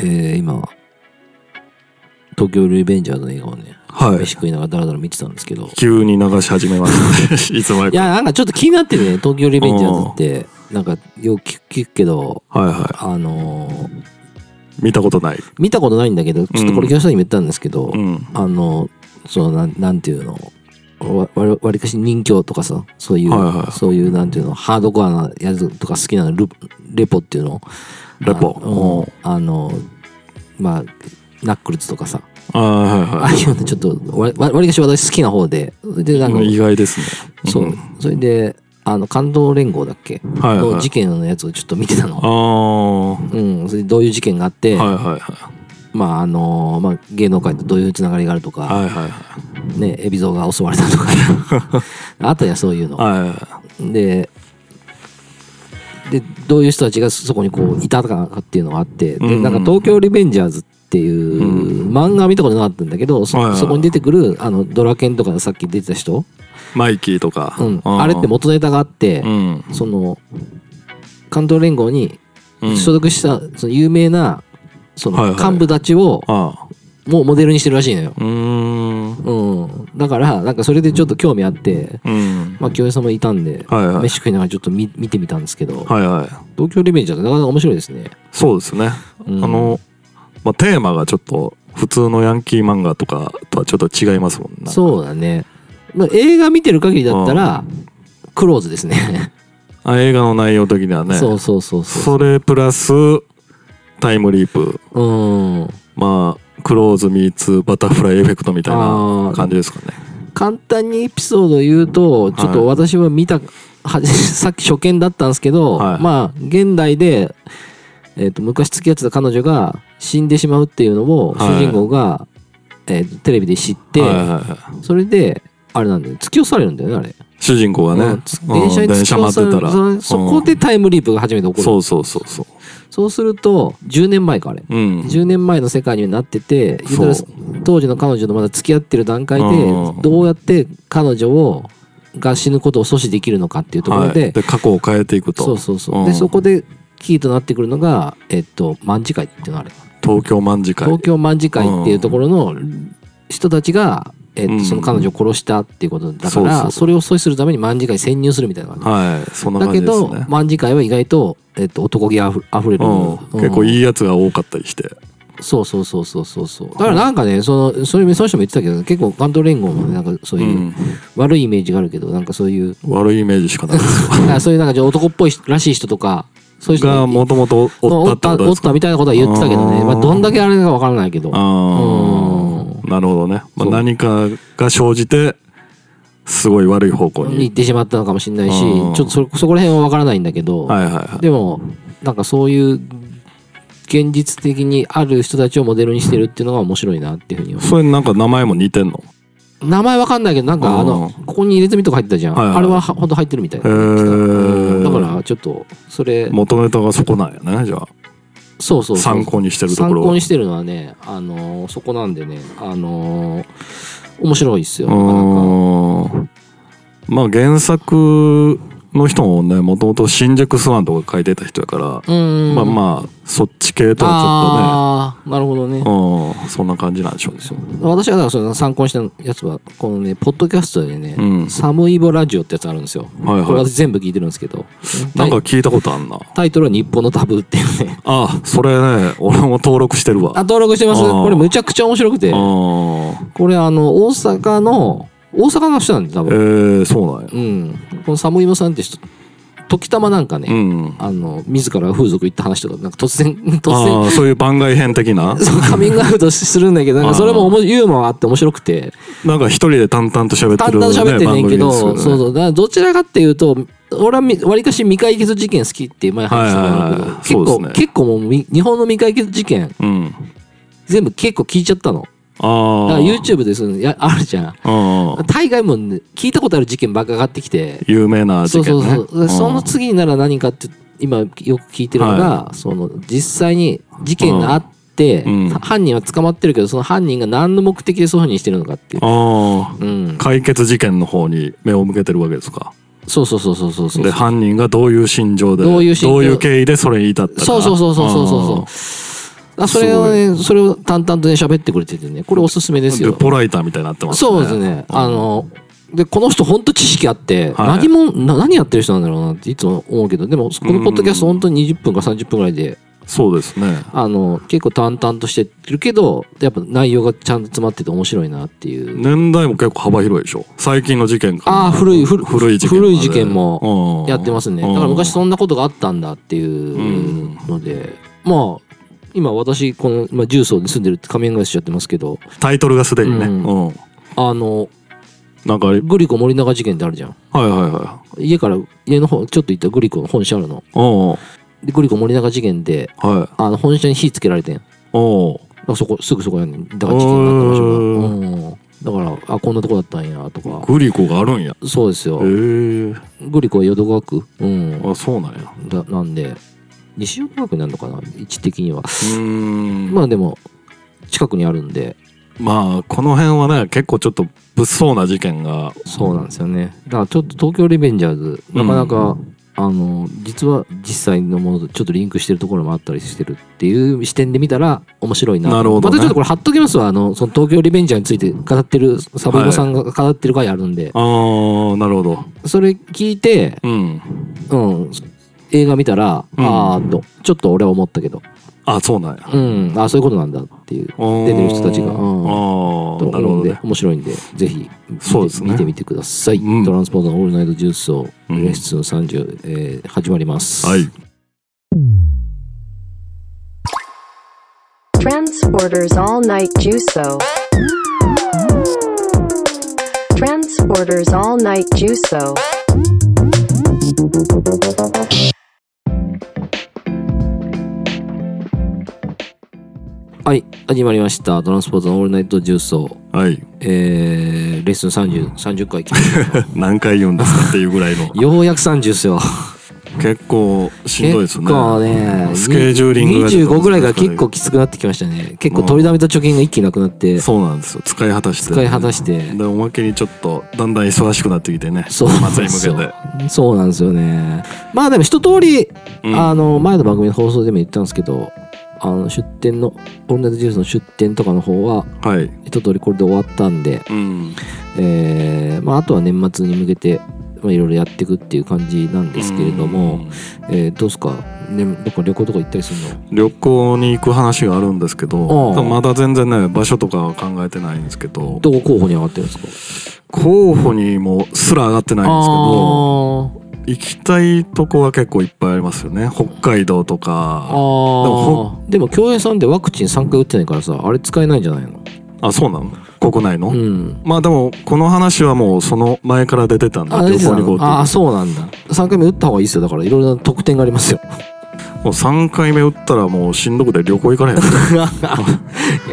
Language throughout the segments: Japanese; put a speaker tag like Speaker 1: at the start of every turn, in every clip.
Speaker 1: えー、今、東京リベンジャーズの映画をね、
Speaker 2: はい
Speaker 1: 飯食いながらダラダラ見てたんですけど、
Speaker 2: 急に流し始めま す、ね、いつま
Speaker 1: い
Speaker 2: でか
Speaker 1: や、なんかちょっと気になってるね、東京リベンジャーズって、なんかよく聞く聞くけど、
Speaker 2: はいは
Speaker 1: あのー
Speaker 2: い見たことない
Speaker 1: 見たことないんだけど、ちょっとこれ、
Speaker 2: うん
Speaker 1: 教師にも言ったんですけど、
Speaker 2: うん
Speaker 1: あの、そのなん、なんていうの、わわわりかし任侠とかさ、そういう、
Speaker 2: はいはい
Speaker 1: そういう、なんていうの、ハードコアなやつとか好きなの、ルレポっていうの。
Speaker 2: レポ
Speaker 1: あの
Speaker 2: おう
Speaker 1: あの、まあ、ナックルズとかさ、
Speaker 2: ああはい
Speaker 1: あ
Speaker 2: は
Speaker 1: あ
Speaker 2: い
Speaker 1: いうのちょっとわ、わわりかし私好きな方で、で、なんか、
Speaker 2: 意外ですね、
Speaker 1: そううんそれで、あの、関東連合だっけ
Speaker 2: はいはい
Speaker 1: の事件のやつをちょっと見てた
Speaker 2: あ
Speaker 1: の。
Speaker 2: あは
Speaker 1: うん、それでどういう事件があっ
Speaker 2: い
Speaker 1: て、
Speaker 2: はいはい
Speaker 1: まあ、あの、まあ、芸能界とどういうつながりがあるとか、
Speaker 2: はいはい
Speaker 1: ね、海老蔵が襲われたとか、 あったやんそういうの。
Speaker 2: はいはい
Speaker 1: で、で、どういう人たちがそこにこういたかっていうのがあって、
Speaker 2: うんう
Speaker 1: で、
Speaker 2: ん
Speaker 1: なんか東京リベンジャーズっていう漫画は見たことなかったんだけど、
Speaker 2: はいは
Speaker 1: そ
Speaker 2: い
Speaker 1: そこに出てくる、あの、ドラケンとかのさっき出てた人、
Speaker 2: マイキーとか、
Speaker 1: うん、あれって元ネタがあって
Speaker 2: う、ん
Speaker 1: その、関東連合に
Speaker 2: うん
Speaker 1: 所属した、その有名な、そ
Speaker 2: はい
Speaker 1: の
Speaker 2: はい
Speaker 1: 幹部たちを、
Speaker 2: ああ
Speaker 1: もうモデルにしてるらしいのよ。
Speaker 2: うーん
Speaker 1: うん。だから、なんかそれでちょっと興味あって、
Speaker 2: うん
Speaker 1: まあ、京平さんもいたんで、
Speaker 2: はいはい
Speaker 1: 飯食いながらちょっと見見てみたんですけど、
Speaker 2: はいはい
Speaker 1: 東京リベンジャーってなかなか面白いですね。
Speaker 2: そうですね、
Speaker 1: うん
Speaker 2: あの、まあ、テーマがちょっと普通のヤンキー漫画とかとはちょっと違いますもんね
Speaker 1: そうだね。まあ、映画見てる限りだったら、クローズですね。
Speaker 2: あ映画の内容的にはね
Speaker 1: そうそうそうそう。
Speaker 2: それプラスタイムリープ
Speaker 1: うん。
Speaker 2: まあクローズ・ミーツ・バタフライ・エフェクトみたい
Speaker 1: あ
Speaker 2: な
Speaker 1: ー
Speaker 2: 感じですかね
Speaker 1: 簡単にエピソードを言うと、ちょっと
Speaker 2: は
Speaker 1: 私は見た、は さっき初見だったんですけど、
Speaker 2: はい
Speaker 1: まあ、現代で、えっと昔付き合ってた彼女が死んでしまうっていうのを主
Speaker 2: はい
Speaker 1: 人公が、えーテレビで知って、
Speaker 2: はいはいはい
Speaker 1: それであれなんだよ突き押されるんだよねあれ
Speaker 2: 主人公がね、
Speaker 1: うんつ
Speaker 2: うん
Speaker 1: 電車に突き
Speaker 2: 待
Speaker 1: 押
Speaker 2: っ
Speaker 1: され
Speaker 2: てた
Speaker 1: る
Speaker 2: ら
Speaker 1: そそこでタイムリープが初めて起こ
Speaker 2: うん
Speaker 1: る
Speaker 2: そ
Speaker 1: そう
Speaker 2: うそうそうそう
Speaker 1: すると10年前かあれ
Speaker 2: うん
Speaker 1: 10年前の世界になってて言うたら
Speaker 2: そう
Speaker 1: 当時の彼女とまだ付き合ってる段階で
Speaker 2: うん
Speaker 1: どうやって彼女をが死ぬことを阻止できるのかっていうところで,、
Speaker 2: はい、で過去を変えていくと
Speaker 1: そうそうそう、
Speaker 2: うん
Speaker 1: でそこでキーとなってくるのがえっと卍会っていうのあれ
Speaker 2: 東京卍会
Speaker 1: 東京卍会っていうところの人たちが、えっ
Speaker 2: う
Speaker 1: と、
Speaker 2: ん
Speaker 1: その彼女を殺したっていうことだか
Speaker 2: そうそう
Speaker 1: ら、
Speaker 2: そう
Speaker 1: それを阻止するために卍会に潜入するみたいな感じ
Speaker 2: はいそんな
Speaker 1: だ
Speaker 2: 感
Speaker 1: け
Speaker 2: じです
Speaker 1: ど
Speaker 2: ね
Speaker 1: 卍会は意外と,、えっと男気あふあふれる、
Speaker 2: うん、
Speaker 1: うん
Speaker 2: 結構いいやつが多かったりして
Speaker 1: そうそうそうそうそうそうだからなんかねそのそれその人も言ってたけど結構関東連合もねなんかそう
Speaker 2: う、
Speaker 1: いうん悪いイメージがあるけどなんかそういう
Speaker 2: 悪いイメージしかないですよ
Speaker 1: あそういうなんか男っぽいらしい人とかそういう人
Speaker 2: がもともとお
Speaker 1: お
Speaker 2: っ
Speaker 1: ったお
Speaker 2: た
Speaker 1: ってた
Speaker 2: っことですか
Speaker 1: みたいなことは言ってたけどね
Speaker 2: あー
Speaker 1: まあ、どんだけあれかわからないけど
Speaker 2: あ
Speaker 1: う
Speaker 2: あなるほどね、まあ、
Speaker 1: そう
Speaker 2: 何かが生じてすごい悪い方向
Speaker 1: に行
Speaker 2: に
Speaker 1: ってしまったのかもしれないしち
Speaker 2: う
Speaker 1: ょ
Speaker 2: ん
Speaker 1: っとそそこら辺はわからないんだけど、
Speaker 2: はいはいはい
Speaker 1: でもなんかそういう現実的にある人たちをモデルにしてるっていうのが面白いなっていうふうに思う
Speaker 2: それなんか名前も似てんの
Speaker 1: 名前わかんないけどなんかあのここに入れ墨とか入ってたじゃん、
Speaker 2: はいはい
Speaker 1: あれはほんと入ってるみたいな、
Speaker 2: へー
Speaker 1: うんだからちょっとそれ
Speaker 2: 元ネタがそこなんやねじゃあ
Speaker 1: そうそうそう
Speaker 2: 参考にしてるとこ
Speaker 1: 参
Speaker 2: ろ
Speaker 1: 考にしてるのはねあのーそこなんでねあのー面白いっすよ
Speaker 2: う
Speaker 1: なかなか
Speaker 2: ーんまあ原作の人もねもともと新宿スワンとか書いてた人やから、
Speaker 1: うーん
Speaker 2: まあまあそっち系とは
Speaker 1: ああなるほどね
Speaker 2: ちょっとねうんそんな感じなんでしょうね
Speaker 1: 私はだからその参考にしたやつはこのねポッドキャストでね、
Speaker 2: うん
Speaker 1: サムイボラジオってやつあるんですよ、
Speaker 2: はいはい
Speaker 1: これ私全部聞いてるんですけど
Speaker 2: なんか聞いたことあんな
Speaker 1: タイトルは「日本のタブー」っていうね
Speaker 2: あそれね俺も登録してるわ
Speaker 1: あ登録してます
Speaker 2: あー
Speaker 1: これむちゃくちゃ面白くて
Speaker 2: あー
Speaker 1: これあの大阪の大阪の人なんで多
Speaker 2: え
Speaker 1: 分、
Speaker 2: ー、そうなんや
Speaker 1: うん、このサムイボさんって人時たまなんか
Speaker 2: う
Speaker 1: ね、
Speaker 2: ん
Speaker 1: あの自ら風俗行った話とかなんか突然突然
Speaker 2: ああそういう番外編的な
Speaker 1: そうカミングアウトするんだけどなんかそれもおもユーモアあって面白くて
Speaker 2: なんか一人で淡々と喋って
Speaker 1: 淡
Speaker 2: る、ね、
Speaker 1: 々と喋ってんねんけど、
Speaker 2: 番組
Speaker 1: そう
Speaker 2: ですよね
Speaker 1: そうだからどちらかっていうと俺はみわりかし未解決事件好きって前話したんだけど、
Speaker 2: はいはいはい
Speaker 1: 結
Speaker 2: そうで
Speaker 1: 構、
Speaker 2: すね
Speaker 1: 結構もうみ日本の未解決事件
Speaker 2: うん
Speaker 1: 全部結構聞いちゃったのだ
Speaker 2: あ
Speaker 1: か
Speaker 2: あ
Speaker 1: ら YouTube でするのやあるじゃん
Speaker 2: うんうん
Speaker 1: 大概もうね聞いたことある事件ばっか上がってきて
Speaker 2: 有名な
Speaker 1: そ
Speaker 2: 事
Speaker 1: うそ
Speaker 2: 件
Speaker 1: う
Speaker 2: ね
Speaker 1: そう、その次になら何かって今よく聞いてるのが、その実際に事件があって、
Speaker 2: うん
Speaker 1: 犯人は捕まってるけどその犯人が何の目的でそういうふうにしてるのかっていう、
Speaker 2: うんああ
Speaker 1: うん、
Speaker 2: 解決事件の方に目を向けてるわけですか
Speaker 1: そうそうそうそうそうそう
Speaker 2: で犯人がどういう心情で
Speaker 1: どういう心情
Speaker 2: 経緯でそれに至ったか
Speaker 1: そうそうそうそうそうそうあそれをね、それを淡々とね、喋ってくれててね、これおすすめです
Speaker 2: ル
Speaker 1: よ。
Speaker 2: ポライターみたいになってますね
Speaker 1: そうですね。あの、で、この人本当知識あって、
Speaker 2: はい
Speaker 1: 何も、な何やってる人なんだろうなっていつも思うけど、でも、このポッドキャスト本当に20分か30分ぐらいで、
Speaker 2: そうですね
Speaker 1: あの、結構淡々としてるけど、やっぱ内容がちゃんと詰まってて面白いなっていう。
Speaker 2: 年代も結構幅広いでしょ最近の事件から
Speaker 1: ああ、古い、古
Speaker 2: 古い事件まで
Speaker 1: 古い事件もやってますね。
Speaker 2: うん
Speaker 1: だから昔そんなことがあったんだっていうので、まあ、今私、この、まあ、重曹に住んでるって仮面返しちゃってますけど、
Speaker 2: タイトルがすでにね、
Speaker 1: う
Speaker 2: うんん
Speaker 1: あの、
Speaker 2: なんかあれ
Speaker 1: グリコ森永事件ってあるじゃん。
Speaker 2: はいはいは
Speaker 1: 家から、家の方、ちょっと行ったグリコの本社あるの。
Speaker 2: いおう
Speaker 1: で、グリコ森永事件で、
Speaker 2: はい
Speaker 1: あの、本社に火つけられてん。だか
Speaker 2: おう
Speaker 1: らそこ、すぐそこやねん。だから事件になった場所が。うん。だから、あ、こんなとこだったんや、とか。
Speaker 2: グリコがあるんや
Speaker 1: そうですよ
Speaker 2: へ。え
Speaker 1: グリコは淀川区。うん。
Speaker 2: あそうなんや
Speaker 1: だなんで、西淀川区になるのかな位置的には。
Speaker 2: うーん
Speaker 1: まあでも、近くにあるんで、
Speaker 2: まあこの辺はね結構ちょっと物騒な事件が
Speaker 1: そうなんですよね。だからちょっと東京リベンジャーズ、なかなか、あの、実は実際のものとちょっとリンクしてるところもあったりしてるっていう視点で見たら面白いな。
Speaker 2: なるほどね
Speaker 1: またちょっとこれ貼っときますわ。あの、その東京リベンジャーについて語ってる、サブイボさんが語ってる回あるんで、
Speaker 2: ああなるほど
Speaker 1: それ聞いて、
Speaker 2: うん
Speaker 1: うん、映画見たら、
Speaker 2: うん
Speaker 1: ああと、ちょっと俺は思ったけど、
Speaker 2: あそうなんや
Speaker 1: うん、ああ、そういうことなんだっていう。出
Speaker 2: 出
Speaker 1: てる人たちがう
Speaker 2: あ
Speaker 1: ん
Speaker 2: ー
Speaker 1: と
Speaker 2: なる
Speaker 1: 思う
Speaker 2: ほど
Speaker 1: んで
Speaker 2: ね
Speaker 1: 面白いんでぜひ見て
Speaker 2: そうですね
Speaker 1: 見てみてください、
Speaker 2: うん
Speaker 1: トランスポーザーのオールナイトジュースを
Speaker 2: うん
Speaker 1: レッスン30、えー始まります
Speaker 2: はい
Speaker 3: Transporters All Night Juso. Transporters All Night Juso.
Speaker 1: はい始まりましたトランスポーザーのオールナイトジュースを、
Speaker 2: はい
Speaker 1: えーレッスン3030回聞きました
Speaker 2: 何回言うんですかっていうぐらいの
Speaker 1: ようやく30っすよ
Speaker 2: 結構しんどいですね
Speaker 1: 結構ね
Speaker 2: スケジューリングが
Speaker 1: 25ぐらいが結構きつくなってきましたね結構取りだめた貯金が一気になくなって
Speaker 2: そうなんですよ使い果たして
Speaker 1: 使い果たして
Speaker 2: でおまけにちょっとだんだん忙しくなってきてね
Speaker 1: そうなん
Speaker 2: 祭
Speaker 1: で
Speaker 2: り
Speaker 1: す
Speaker 2: 向
Speaker 1: よ
Speaker 2: けて
Speaker 1: そうなんですよねまあでも一通り
Speaker 2: うん
Speaker 1: あの前の番組の放送でも言ったんですけどあの出店のオンライトジュースの出店とかの方は
Speaker 2: はい
Speaker 1: 一通りこれで終わったんで、
Speaker 2: うん
Speaker 1: えーまあ、あとは年末に向けて、まあ、いろいろやっていくっていう感じなんですけれど
Speaker 2: う
Speaker 1: も、
Speaker 2: ん
Speaker 1: えーどうですか、ね、どっか旅行とか行ったりするの
Speaker 2: 旅行に行く話があるんですけど
Speaker 1: おう
Speaker 2: 多分まだ全然ね場所とかは考えてないんですけど
Speaker 1: どこ候補に上がってるんですか
Speaker 2: 候補にもすら上がってないんですけど
Speaker 1: あ
Speaker 2: 行きたいとこは結構いっぱいありますよね北海道と
Speaker 1: ー
Speaker 2: か
Speaker 1: あーでも京平さんでワクチン3回打ってないからさあれ使えないんじゃないの
Speaker 2: あそうなの国内の、
Speaker 1: うん
Speaker 2: まあでもこの話はもうその前から出てたんで
Speaker 1: あ
Speaker 2: 旅行に行こうって
Speaker 1: あーそうなんだ3回目打った方がいいですよだからいろいろな特典がありますよ
Speaker 2: もう3回目打ったらもうしんどくて旅行行かれへん
Speaker 1: いや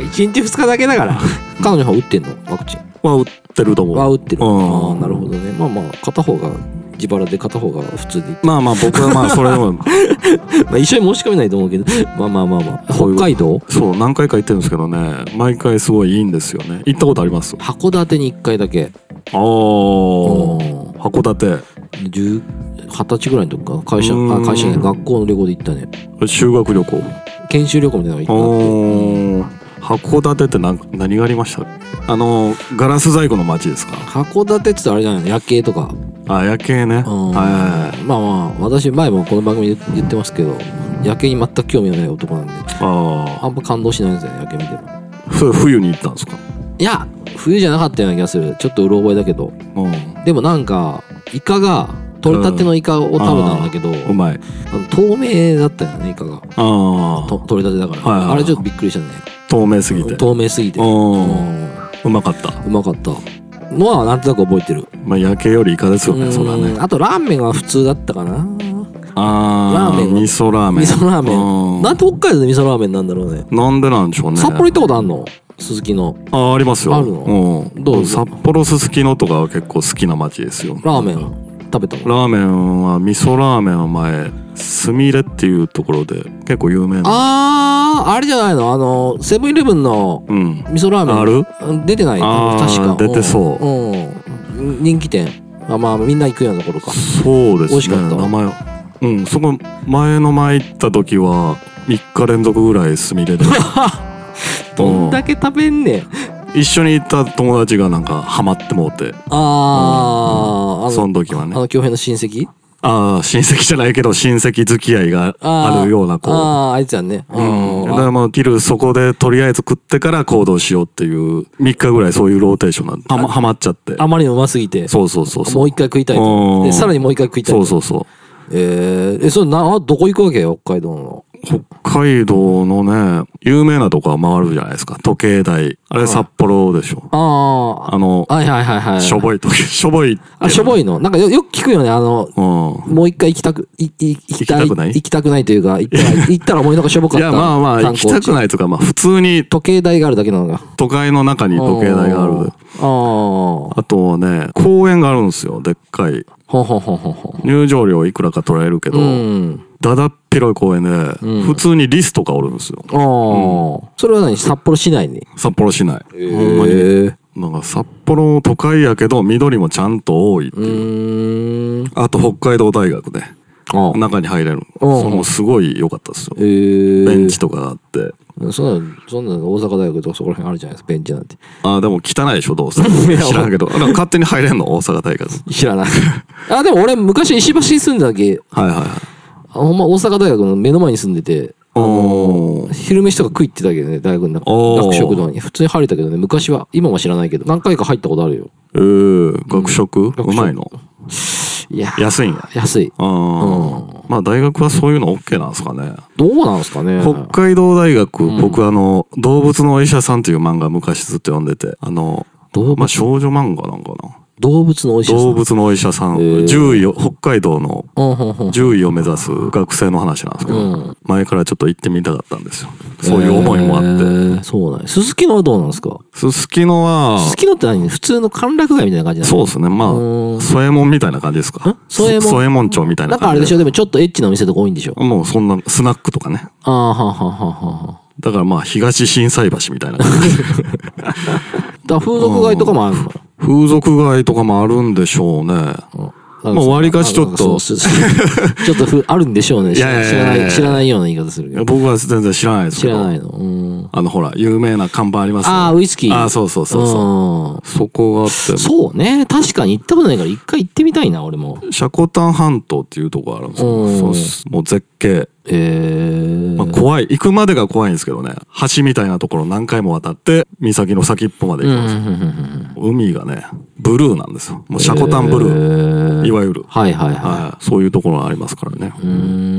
Speaker 1: 1日2日だけだから彼女は打ってんのワクチン
Speaker 2: は打ってると思う
Speaker 1: は打ってる
Speaker 2: う
Speaker 1: あ
Speaker 2: ん
Speaker 1: あなるほどねまあまあ片方が自腹で片方が普通で行っ
Speaker 2: まあまあ僕はまあそれで も
Speaker 1: て まあ一緒に申し込めないと思うけど まあまあまあまあ
Speaker 2: こうい
Speaker 1: 北
Speaker 2: う
Speaker 1: 海道
Speaker 2: そう何回か行ってるんですけどね毎回すごいいいんですよね行ったことあります
Speaker 1: 函館に1回だけ
Speaker 2: ああ
Speaker 1: うん
Speaker 2: 函館
Speaker 1: 10 20歳ぐらいの時か会社
Speaker 2: うー
Speaker 1: あ
Speaker 2: ん
Speaker 1: 会社ね学校の旅行で行ったね
Speaker 2: 修学旅行
Speaker 1: 研修旅行みたいなのが行っ
Speaker 2: おー函館って何何がありましたあのガラス細工の町ですか
Speaker 1: たって函館っつったらあれじゃないの夜景とか
Speaker 2: あ夜景ねはい
Speaker 1: うん
Speaker 2: はいはい
Speaker 1: まあまあ私前もこの番組で言ってますけど夜景に全く興味のない男なんで
Speaker 2: あ
Speaker 1: あんま感動しないんですよね夜景見ても
Speaker 2: あそれ冬に行ったんですか
Speaker 1: いや冬じゃなかったような気がするちょっとうろ覚えだけど
Speaker 2: うん
Speaker 1: でもなんかイカが取れたてのイカを食べたんだけど、
Speaker 2: うまい
Speaker 1: あの透明だったよねイカが
Speaker 2: あ
Speaker 1: と
Speaker 2: あ
Speaker 1: 取れたてだから、
Speaker 2: はいはいはい
Speaker 1: あれちょっとびっくりしたね
Speaker 2: 透明すぎて
Speaker 1: 透明すぎて
Speaker 2: う
Speaker 1: うんん
Speaker 2: うまかった
Speaker 1: うまかったのはなんとなく覚えてる
Speaker 2: まあ夜景よりイカですよ
Speaker 1: う
Speaker 2: ね
Speaker 1: ん
Speaker 2: それはね
Speaker 1: あとラーメンは普通だったかなラ
Speaker 2: あ
Speaker 1: ーメンは
Speaker 2: 味噌ラーメン
Speaker 1: 味噌ラーメン
Speaker 2: うん
Speaker 1: なんで北海道で味噌ラーメンなんだろうね
Speaker 2: なんでなんでしょうね
Speaker 1: 札幌行ったことあんの鈴木の
Speaker 2: あありますよ
Speaker 1: あるの
Speaker 2: うん、
Speaker 1: どうぞ
Speaker 2: 札幌すすきのとかは結構好きな街ですよ
Speaker 1: ラーメン食べたの
Speaker 2: ラーメンは味噌ラーメンは前すみれっていうところで結構有名な
Speaker 1: あーあれじゃないのあのセブンイレブンの
Speaker 2: うん
Speaker 1: 味噌ラーメン
Speaker 2: ある
Speaker 1: うん出てない
Speaker 2: あー
Speaker 1: 確か
Speaker 2: 出てそ
Speaker 1: うん、うん人気店あまあみんな行くようなところか
Speaker 2: そうですね
Speaker 1: 美味しかった
Speaker 2: 名前うんそこ前の前行った時は3日連続ぐらいス ミレで
Speaker 1: どんだけ食べんねん。
Speaker 2: 一緒に行った友達がなんかハマってもうて
Speaker 1: あー、あ
Speaker 2: そ
Speaker 1: の、
Speaker 2: の時は
Speaker 1: あ
Speaker 2: ね
Speaker 1: の、京平の親戚
Speaker 2: ああ親戚じゃないけど親戚付き合いが
Speaker 1: ー
Speaker 2: あるような子
Speaker 1: ああ、あいつやんね。
Speaker 2: うん、
Speaker 1: あ
Speaker 2: だからまあ昼そこでとりあえず食ってから行動しようっていう3日ぐらいそういうローテーションなんではまはまっちゃって
Speaker 1: あまりにもうますぎて。
Speaker 2: そうそうそうそう
Speaker 1: もう一回食いたいと。
Speaker 2: うん
Speaker 1: で、さらにもう一回食いたいと。
Speaker 2: そうそうそう
Speaker 1: えー、え、それな、あどこ行くわけよ、北海道の。
Speaker 2: 北海道のね有名なとこは回るじゃないですか時計台あれ札幌でしょ
Speaker 1: あ
Speaker 2: あの
Speaker 1: あ、はいはいはいはい。
Speaker 2: しょぼい時計しょぼい
Speaker 1: あ、しょぼいの。なんかよよく聞くよね、あの、
Speaker 2: うん
Speaker 1: もう一回行きたく、いい行きたい。
Speaker 2: 行きたくない
Speaker 1: 行きたくないというか、行ったら、 行ったら思いのがしょぼか
Speaker 2: い
Speaker 1: った。
Speaker 2: やまあまあ行
Speaker 1: 観
Speaker 2: き
Speaker 1: 光地
Speaker 2: たくないとかまあ普通に
Speaker 1: 時計台があるだけなのが。
Speaker 2: 都会の中に時計台がある
Speaker 1: あーあー。
Speaker 2: あとはね公園があるんですよでっかい
Speaker 1: ほんほんほんほんほん。
Speaker 2: 入場料いくらか取られるけど、
Speaker 1: うん。
Speaker 2: だだっ広い公園で、
Speaker 1: うん
Speaker 2: 普通にリスとかおるんですよ。
Speaker 1: ああ、それは何札幌市内に。
Speaker 2: 札幌市内。
Speaker 1: へ
Speaker 2: ほんまに。
Speaker 1: ー
Speaker 2: なんか札幌都会やけど、緑もちゃんと多いって
Speaker 1: う
Speaker 2: い
Speaker 1: ー
Speaker 2: う。
Speaker 1: ん。
Speaker 2: あと北海道大学で、
Speaker 1: ああ。
Speaker 2: 中に入れる。
Speaker 1: うん
Speaker 2: そのすごい良かったですよ
Speaker 1: え。ー、
Speaker 2: ベンチとかがあって。
Speaker 1: そんな、そんなの大阪大学とかそこら辺あるじゃないですか、ベンチ なんて。
Speaker 2: あーでも汚いでしょ、どう せ。知らんけど。なんか勝手に入れんの大阪大学。
Speaker 1: 知らない。あ、でも俺昔石橋に住んだ時、
Speaker 2: はいはいはい。
Speaker 1: あほんま大阪大学の目の前に住んでて、
Speaker 2: おー
Speaker 1: 昼飯とか食いってたけどね、大学の
Speaker 2: おー
Speaker 1: 中学食堂に。普通に入れたけどね、昔は。今は知らないけど、何回か入ったことあるよ。
Speaker 2: えー、学食
Speaker 1: 食
Speaker 2: うまいの
Speaker 1: いや、
Speaker 2: 安いんや。
Speaker 1: 安い。
Speaker 2: あーまあ大学はそういうの OK なんですかね。
Speaker 1: どうなんすかね。
Speaker 2: 北海道大学、
Speaker 1: ん
Speaker 2: 僕あの、動物のお医者さんっていう漫画昔ずっと読んでて、あの、
Speaker 1: 動
Speaker 2: まあ、
Speaker 1: 物、
Speaker 2: 少女漫画なんかな。
Speaker 1: 動物のお医者さん。
Speaker 2: 動物のお医者さん、
Speaker 1: へー
Speaker 2: 獣医を、北海道の
Speaker 1: うんうんうん。
Speaker 2: 獣医を目指す学生の話なんですけど、
Speaker 1: うん
Speaker 2: 前からちょっと行ってみたかったんですよ。そういう思いもあって。
Speaker 1: えーそうなんやすすきのはどうなんですか
Speaker 2: すすきのは、
Speaker 1: すすきのって何普通の歓楽街みたいな感じなの
Speaker 2: そうですね、まあ
Speaker 1: うーん、
Speaker 2: 添右衛門みたいな感じですか
Speaker 1: ん。添右衛門
Speaker 2: 添右衛門町みたい
Speaker 1: な
Speaker 2: なん
Speaker 1: かあれ
Speaker 2: 感
Speaker 1: でし
Speaker 2: じ
Speaker 1: ょでもちょっとエッチなお店とか多いんでしょ
Speaker 2: もうそんな、スナックとかね。
Speaker 1: ああ、はあはあはあはあ。
Speaker 2: だからまあ、東新斎橋みたいな感じ。
Speaker 1: だから風俗街とかもあるの
Speaker 2: 風俗街とかもあるんでしょうね。まあ割かしちょ
Speaker 1: な
Speaker 2: っと
Speaker 1: んかそうそうそうちょっとふ、あるんでしょうね。知
Speaker 2: いやいやいや
Speaker 1: らない、知らないような言い方する
Speaker 2: い
Speaker 1: け
Speaker 2: や
Speaker 1: ど。
Speaker 2: 僕は全然知らないです
Speaker 1: 知
Speaker 2: けど。
Speaker 1: らないの。うん。
Speaker 2: あの、ほら、有名な看板ありますよ
Speaker 1: ああ、ウイスキー。
Speaker 2: あーそうそうそうそう。
Speaker 1: そ
Speaker 2: そこがあって
Speaker 1: うん。、そうね。確かに行ったことないから、一回行ってみたいな、俺も。
Speaker 2: シャコタン半島っていうとこがあるんです
Speaker 1: うん
Speaker 2: よ。そうっすもう絶景。
Speaker 1: ええ。
Speaker 2: まあ、怖い。行くまでが怖いんですけどね。橋みたいなところ何回も渡って、岬の先っぽまで
Speaker 1: う
Speaker 2: 行
Speaker 1: ん
Speaker 2: く
Speaker 1: うんんう
Speaker 2: で
Speaker 1: んうん
Speaker 2: すよ。海がね、ブルーなんですよ。もうシャコタンブ
Speaker 1: う
Speaker 2: ルー。
Speaker 1: ん。ええ
Speaker 2: いわゆる。
Speaker 1: はいはいは
Speaker 2: はい。そういうところがありますからね。
Speaker 1: い。う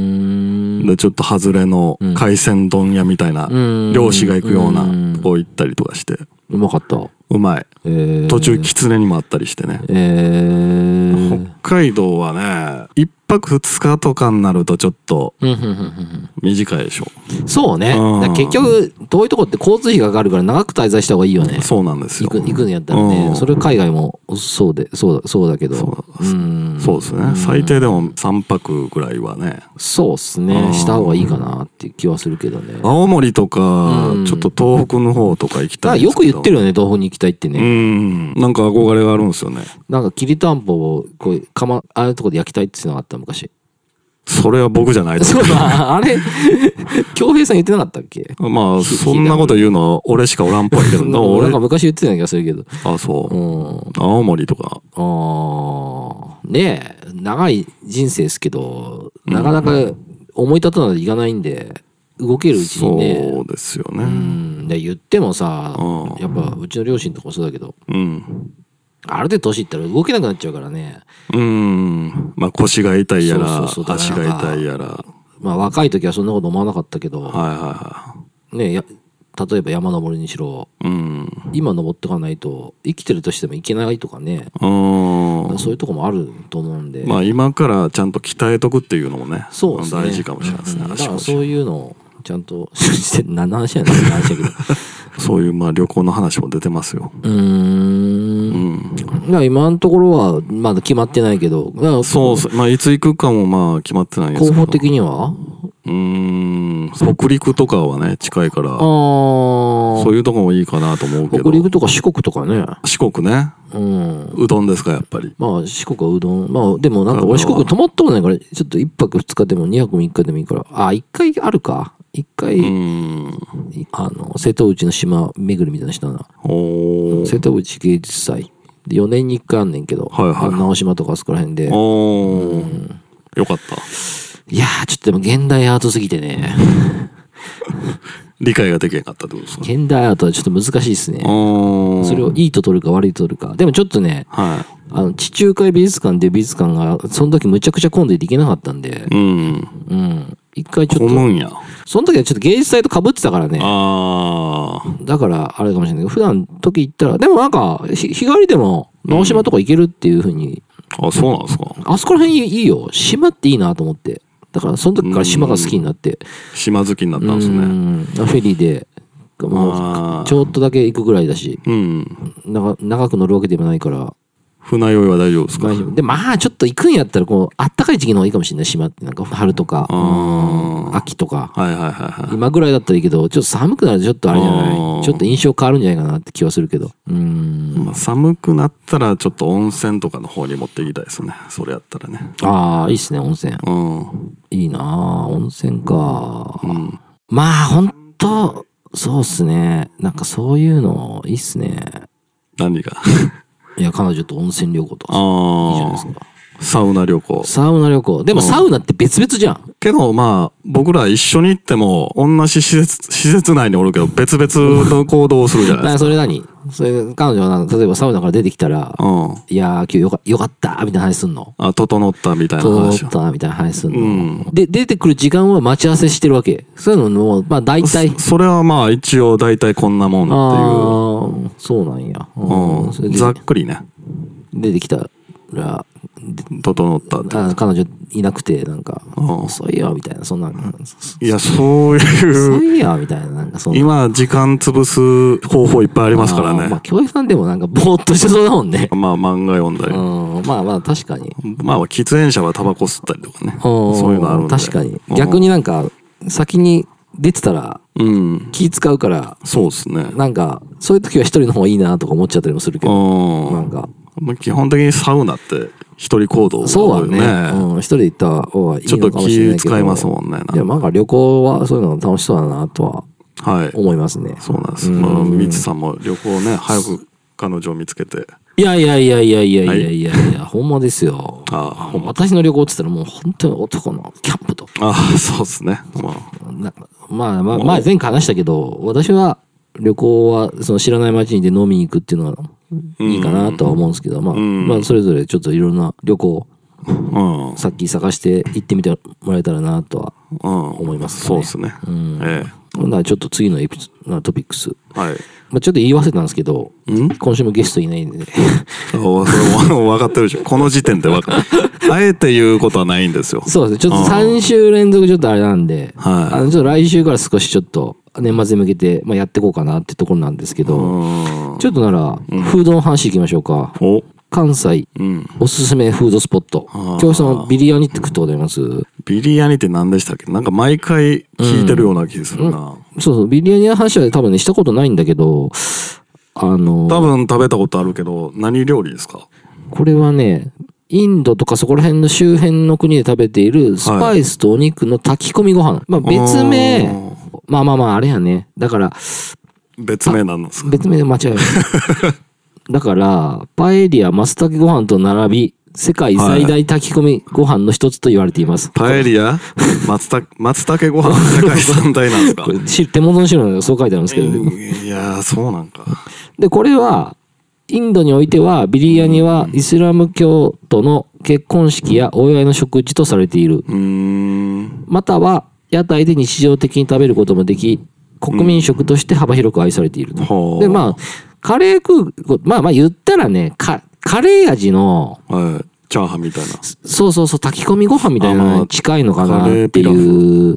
Speaker 1: ーん。
Speaker 2: で、ちょっと外れの海鮮丼屋みたいな、
Speaker 1: ん
Speaker 2: 漁師が行くよう
Speaker 1: うん
Speaker 2: なとこ行ったりとかして、
Speaker 1: うまかった。
Speaker 2: うまい。
Speaker 1: えー
Speaker 2: 途中、狐にもあったりしてね。
Speaker 1: えー。
Speaker 2: 北海道はね1泊2日とかになるとちょっと
Speaker 1: うんうんうんうん
Speaker 2: 短いでしょ
Speaker 1: うんそうね。
Speaker 2: うん
Speaker 1: だから結局、遠いとこって交通費がかかるから長く滞在した方がいいよね。
Speaker 2: そうなんです
Speaker 1: 行
Speaker 2: よ
Speaker 1: く、行くんやったらね。
Speaker 2: うん
Speaker 1: それ海外もそうで、そうだ、そうだけど。
Speaker 2: そう
Speaker 1: うん。
Speaker 2: そうですね最低でも3泊ぐらいはね
Speaker 1: そうっす
Speaker 2: う
Speaker 1: ね。
Speaker 2: ん
Speaker 1: した方がいいかなっていう気はするけどね。だか
Speaker 2: 青森とか
Speaker 1: うん
Speaker 2: ちょっと東北の方とか行きた
Speaker 1: ら
Speaker 2: いんで
Speaker 1: よ
Speaker 2: す
Speaker 1: く
Speaker 2: けど
Speaker 1: 言ってるよね、東北に行きたいって
Speaker 2: う
Speaker 1: ね。
Speaker 2: んなんか憧れがあるんですよね
Speaker 1: なんか、きりたんぽを、こう、かま、ああいうとこで焼きたいっていうのがあった、昔。
Speaker 2: それは僕じゃないです
Speaker 1: そう だ、あれ、京平さん言ってなかったっけ
Speaker 2: まあそんなこと言うのは俺しかおらんっぽいけどな
Speaker 1: なんか
Speaker 2: 俺
Speaker 1: 昔言ってたような気がするけど。。
Speaker 2: あそううん青森とか
Speaker 1: ああ、ねえ、長い人生ですけど、なかなか思い立たないといかないんで、動けるうちにね、
Speaker 2: そうですよ
Speaker 1: う
Speaker 2: ね
Speaker 1: ん、で言ってもさ
Speaker 2: うん、
Speaker 1: やっぱうちの両親とかもそうだけど、
Speaker 2: うん
Speaker 1: ある程度年いったら動けなくなっちゃうからね、
Speaker 2: うんまあ腰が痛いやら
Speaker 1: そうそうそう
Speaker 2: 足が痛いやら
Speaker 1: まあ若い時はそんなこと思わなかったけど、
Speaker 2: はいはいは
Speaker 1: ねえや例えば山登りにしろ、
Speaker 2: い。うん。
Speaker 1: 今登ってかないと生きてるとしてもいけないとかね、
Speaker 2: うん。
Speaker 1: そういうとこもあると思うんで。
Speaker 2: まあ今からちゃんと鍛えとくっていうのもね、
Speaker 1: そうですね。
Speaker 2: 大事かもしれないですね。
Speaker 1: うんだ
Speaker 2: 足
Speaker 1: から
Speaker 2: 腰
Speaker 1: そういうのをちゃんとして、何の話やねんって話やけど。
Speaker 2: そういうまあ旅行の話も出てますよ。
Speaker 1: うー。
Speaker 2: うんん。
Speaker 1: だから今のところはまだ決まってないけど、だから
Speaker 2: そうそう。まあいつ行くかもまあ決まってないですけ
Speaker 1: 候
Speaker 2: ど。
Speaker 1: 補的には
Speaker 2: うん。北陸とかはね、近いから
Speaker 1: あ、あ
Speaker 2: そういうとこもいいかなと思うけ
Speaker 1: 北
Speaker 2: ど。
Speaker 1: 陸とか四国とかね。
Speaker 2: 四国ね。
Speaker 1: うん。
Speaker 2: うどんですか、やっぱり。
Speaker 1: まあ四国はうどん。まあでもなんか俺四
Speaker 2: 神
Speaker 1: 国
Speaker 2: 奈
Speaker 1: 泊まったことないから、ちょっと一泊二日でも二泊三日でもいいから。あ、一回あるか。一回、
Speaker 2: うん。
Speaker 1: あの、瀬戸内の島巡りみたいな人な。
Speaker 2: おー
Speaker 1: 瀬戸内芸術祭。で4年に1回あんねんけど、
Speaker 2: はいはい
Speaker 1: 直島とかあそこら辺で。
Speaker 2: おーよかった。
Speaker 1: いやー、ちょっとでも現代アートすぎてね。
Speaker 2: 理解ができなかったってことですね。
Speaker 1: 現代アートはちょっと難しいですね。
Speaker 2: おー
Speaker 1: それをいいと取るか悪いと取るか。でもちょっとね、
Speaker 2: は
Speaker 1: あの、地中海美術館で美術館が、その時むちゃくちゃ混んでて行けなかったんで
Speaker 2: い。、うん。
Speaker 1: うん。一回ちょ
Speaker 2: 混
Speaker 1: っと、
Speaker 2: むんや。
Speaker 1: その時はちょっと芸術祭と被ってたからね。
Speaker 2: ああ。
Speaker 1: だから、あれかもしれないけど、普段時行ったら、でもなんか、ひ日帰りでも、直島とか行けるっていうふうに、
Speaker 2: あ、そうなんですか。
Speaker 1: あそこら辺いいよ。島っていいなと思って。だから、その時から島が好きになって。
Speaker 2: 島好きになっ
Speaker 1: う
Speaker 2: たんですね。
Speaker 1: んフェリーで、も
Speaker 2: あ
Speaker 1: う、
Speaker 2: ー
Speaker 1: ちょっとだけ行くぐらいだし、
Speaker 2: うん。
Speaker 1: 長長く乗るわけでもないから、
Speaker 2: 船酔いは大丈夫ですか
Speaker 1: 大丈夫。で、まあ、ちょっと行くんやったら、こう、あったかい時期の方がいいかもしれない、島って。なんか、春とか、
Speaker 2: あー
Speaker 1: 秋とか。
Speaker 2: はいはいはいはい。
Speaker 1: 今ぐらいだったらいいけど、ちょっと寒くなるとちょっとあれじゃな
Speaker 2: あー
Speaker 1: いちょっと印象変わるんじゃないかなって気はするけど。うーん。
Speaker 2: まあ、寒くなったらちょっと温泉とかの方に持っていきたいですね。それやったらね。
Speaker 1: ああ、いいっすね、温泉。
Speaker 2: うん。
Speaker 1: いいなあ温泉か。
Speaker 2: うん。
Speaker 1: まあ、ほんと、そうっすね。なんかそういうの、いいっすね。
Speaker 2: 何が
Speaker 1: いや、彼女と温泉旅行とかさ、いいじゃない
Speaker 2: あ
Speaker 1: ですか。
Speaker 2: あ。サウナ旅行。
Speaker 1: サウナ旅行。でも
Speaker 2: うん
Speaker 1: サウナって別々じゃん。
Speaker 2: けどまあ、僕ら一緒に行っても、同じ施設、施設内におるけど、別々の行動をするじゃ
Speaker 1: だ
Speaker 2: な
Speaker 1: から
Speaker 2: いです
Speaker 1: それ何それ、彼女はなんか例えばサウナから出てきたら
Speaker 2: か。、うん。
Speaker 1: いやー、今日よかよかった、みたいな話すんの。
Speaker 2: あ、整ったみたいな
Speaker 1: 整っ
Speaker 2: 話を。
Speaker 1: た、みたいな話すんの。
Speaker 2: うん。
Speaker 1: で、出てくる時間は待ち合わせしてるわけ。そういうのも、まあ大体。
Speaker 2: そそれはまあ一応大体こんなもん
Speaker 1: あ
Speaker 2: っていう。
Speaker 1: あー、そうなんや。うんそれ
Speaker 2: うん、
Speaker 1: で
Speaker 2: ざっくりね
Speaker 1: 出てきたら、
Speaker 2: 整ったって
Speaker 1: あ彼女いなくて、なんか、
Speaker 2: うん
Speaker 1: 遅いよ、みたいな、そんな、遅
Speaker 2: いやそういう
Speaker 1: いよ、みたいな、なんかそんな。
Speaker 2: 今時間潰す方法いっぱいありますから
Speaker 1: あーまあ、
Speaker 2: ね
Speaker 1: 教育さんでもなんか、ぼーっとしてそうだもんね。
Speaker 2: まあ漫画読んだ
Speaker 1: う
Speaker 2: り、
Speaker 1: ん、まあまあ、確かに。
Speaker 2: まあ喫煙者はタバコ吸ったりとかね
Speaker 1: ん
Speaker 2: そういうのあるんで
Speaker 1: 確かに。逆になんか、先に出てたら、
Speaker 2: うん、うん
Speaker 1: 気使うから、
Speaker 2: そうですね
Speaker 1: なんか、そういう時は一人の方がいいなとか思っちゃったりもするけ
Speaker 2: う
Speaker 1: ど、なん
Speaker 2: ん
Speaker 1: か、
Speaker 2: まあ基本的にサウナって一人行動が
Speaker 1: そう
Speaker 2: 多
Speaker 1: はいね。うん、一人で行った方がいい
Speaker 2: ちょっ
Speaker 1: の
Speaker 2: と
Speaker 1: かもしれない
Speaker 2: 気
Speaker 1: けど。
Speaker 2: 使いますもんねなん
Speaker 1: いや、
Speaker 2: か
Speaker 1: なんか旅行はそういうの楽しそうだなとは
Speaker 2: はい
Speaker 1: 思いますね。
Speaker 2: そうなんです、
Speaker 1: うん
Speaker 2: まあ、ミツさんも旅行ね早く彼女を見つけて
Speaker 1: いやいやいやいやいやいやいやいや、 ほんまですよ。
Speaker 2: ああ
Speaker 1: 私の旅行って言ったらもう本当に男のキャンプと。
Speaker 2: ああそうですねまあ
Speaker 1: なんかまあまあ、前前回話したけど、私は旅行はその知らない街にで飲みに行くっていうのは、いいかなとは思うんですけど、まあ、
Speaker 2: ん
Speaker 1: まあ、それぞれちょっといろんな旅行、
Speaker 2: うん
Speaker 1: さっき探して行ってみてもらえたらなとは。
Speaker 2: 思
Speaker 1: いますね
Speaker 2: そうですね。え
Speaker 1: ほんならちょっと次のエピソなトピックス。
Speaker 2: え。はい。
Speaker 1: まあ、ちょっと言い忘れたんですけど、
Speaker 2: ん
Speaker 1: 今週もゲストいないんで、ね、
Speaker 2: おそれも分かってるでしょ。この時点で 分かる。あえて言うことはないんですよ。
Speaker 1: そうですね、ちょっと3週連続ちょっとあれなんで、
Speaker 2: はい
Speaker 1: あのちょっと来週から少しちょっと年末に向けて、まあ、やっていこうかなってところなんですけ
Speaker 2: う
Speaker 1: ど、
Speaker 2: ーん。
Speaker 1: ちょっとなら、フードの話いきましょうか。
Speaker 2: お、
Speaker 1: 関西
Speaker 2: うん。
Speaker 1: おすすめフードスポット
Speaker 2: あ。ー
Speaker 1: 教室のビリヤニって食ったことあります
Speaker 2: ビリヤニって何でしたっけなんか毎回聞いてるような気するな。
Speaker 1: そうそう、ビリヤニの話は多分ね、したことないんだけど、あの、
Speaker 2: 多分食べたことあるけど、何料理ですか
Speaker 1: これはね、インドとかそこら辺の周辺の国で食べているスパイスとお肉の炊き込みご飯。まあ別名、まあまあまああれやね。だから、
Speaker 2: 別名なんですか
Speaker 1: 別名で間違え ますだから、パエリア、マスタケご飯と並び、世界最大炊き込みご飯の一つと言われています。
Speaker 2: パエリア松 茸、松茸ご飯世界三大なんですか
Speaker 1: これし手元の資料にそう書いてあるんですけど、ね、
Speaker 2: いやー、そうなんか。
Speaker 1: で、これは、インドにおいては、ビリヤニはイスラム教徒の結婚式やお祝いの食事とされている。
Speaker 2: うーん。
Speaker 1: または、屋台で日常的に食べることもでき、国民食として幅広く愛されていると。
Speaker 2: ほう。
Speaker 1: で、まあ、カレー食う、まあまあ言ったらね、カカレー味の、
Speaker 2: はい。チャーハンみたいな。
Speaker 1: そうそうそう、炊き込みご飯みたいなのに近いのかな
Speaker 2: あまあ
Speaker 1: っていう
Speaker 2: うん。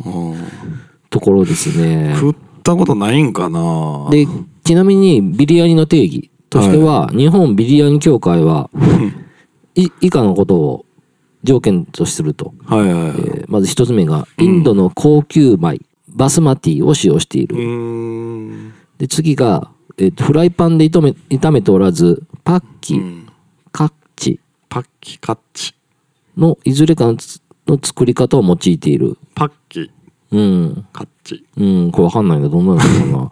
Speaker 1: ところですね。
Speaker 2: 食ったことないんかな
Speaker 1: で、ちなみにビリヤニの定義としては、日本ビリヤニ協会は、い以下のことを条件とすると。
Speaker 2: はいはいはい。
Speaker 1: えーまず一つ目が、インドの高級米、バスマティを使用していうる。
Speaker 2: ーん。
Speaker 1: で、次が、えーとフライパンで炒め炒めておらず、パッキ、カッチ
Speaker 2: パッキカッチ。
Speaker 1: のいずれかのつの作り方を用いている。
Speaker 2: パッキ
Speaker 1: うん。
Speaker 2: カッち。
Speaker 1: うん、これわかんないな、どんなのか な。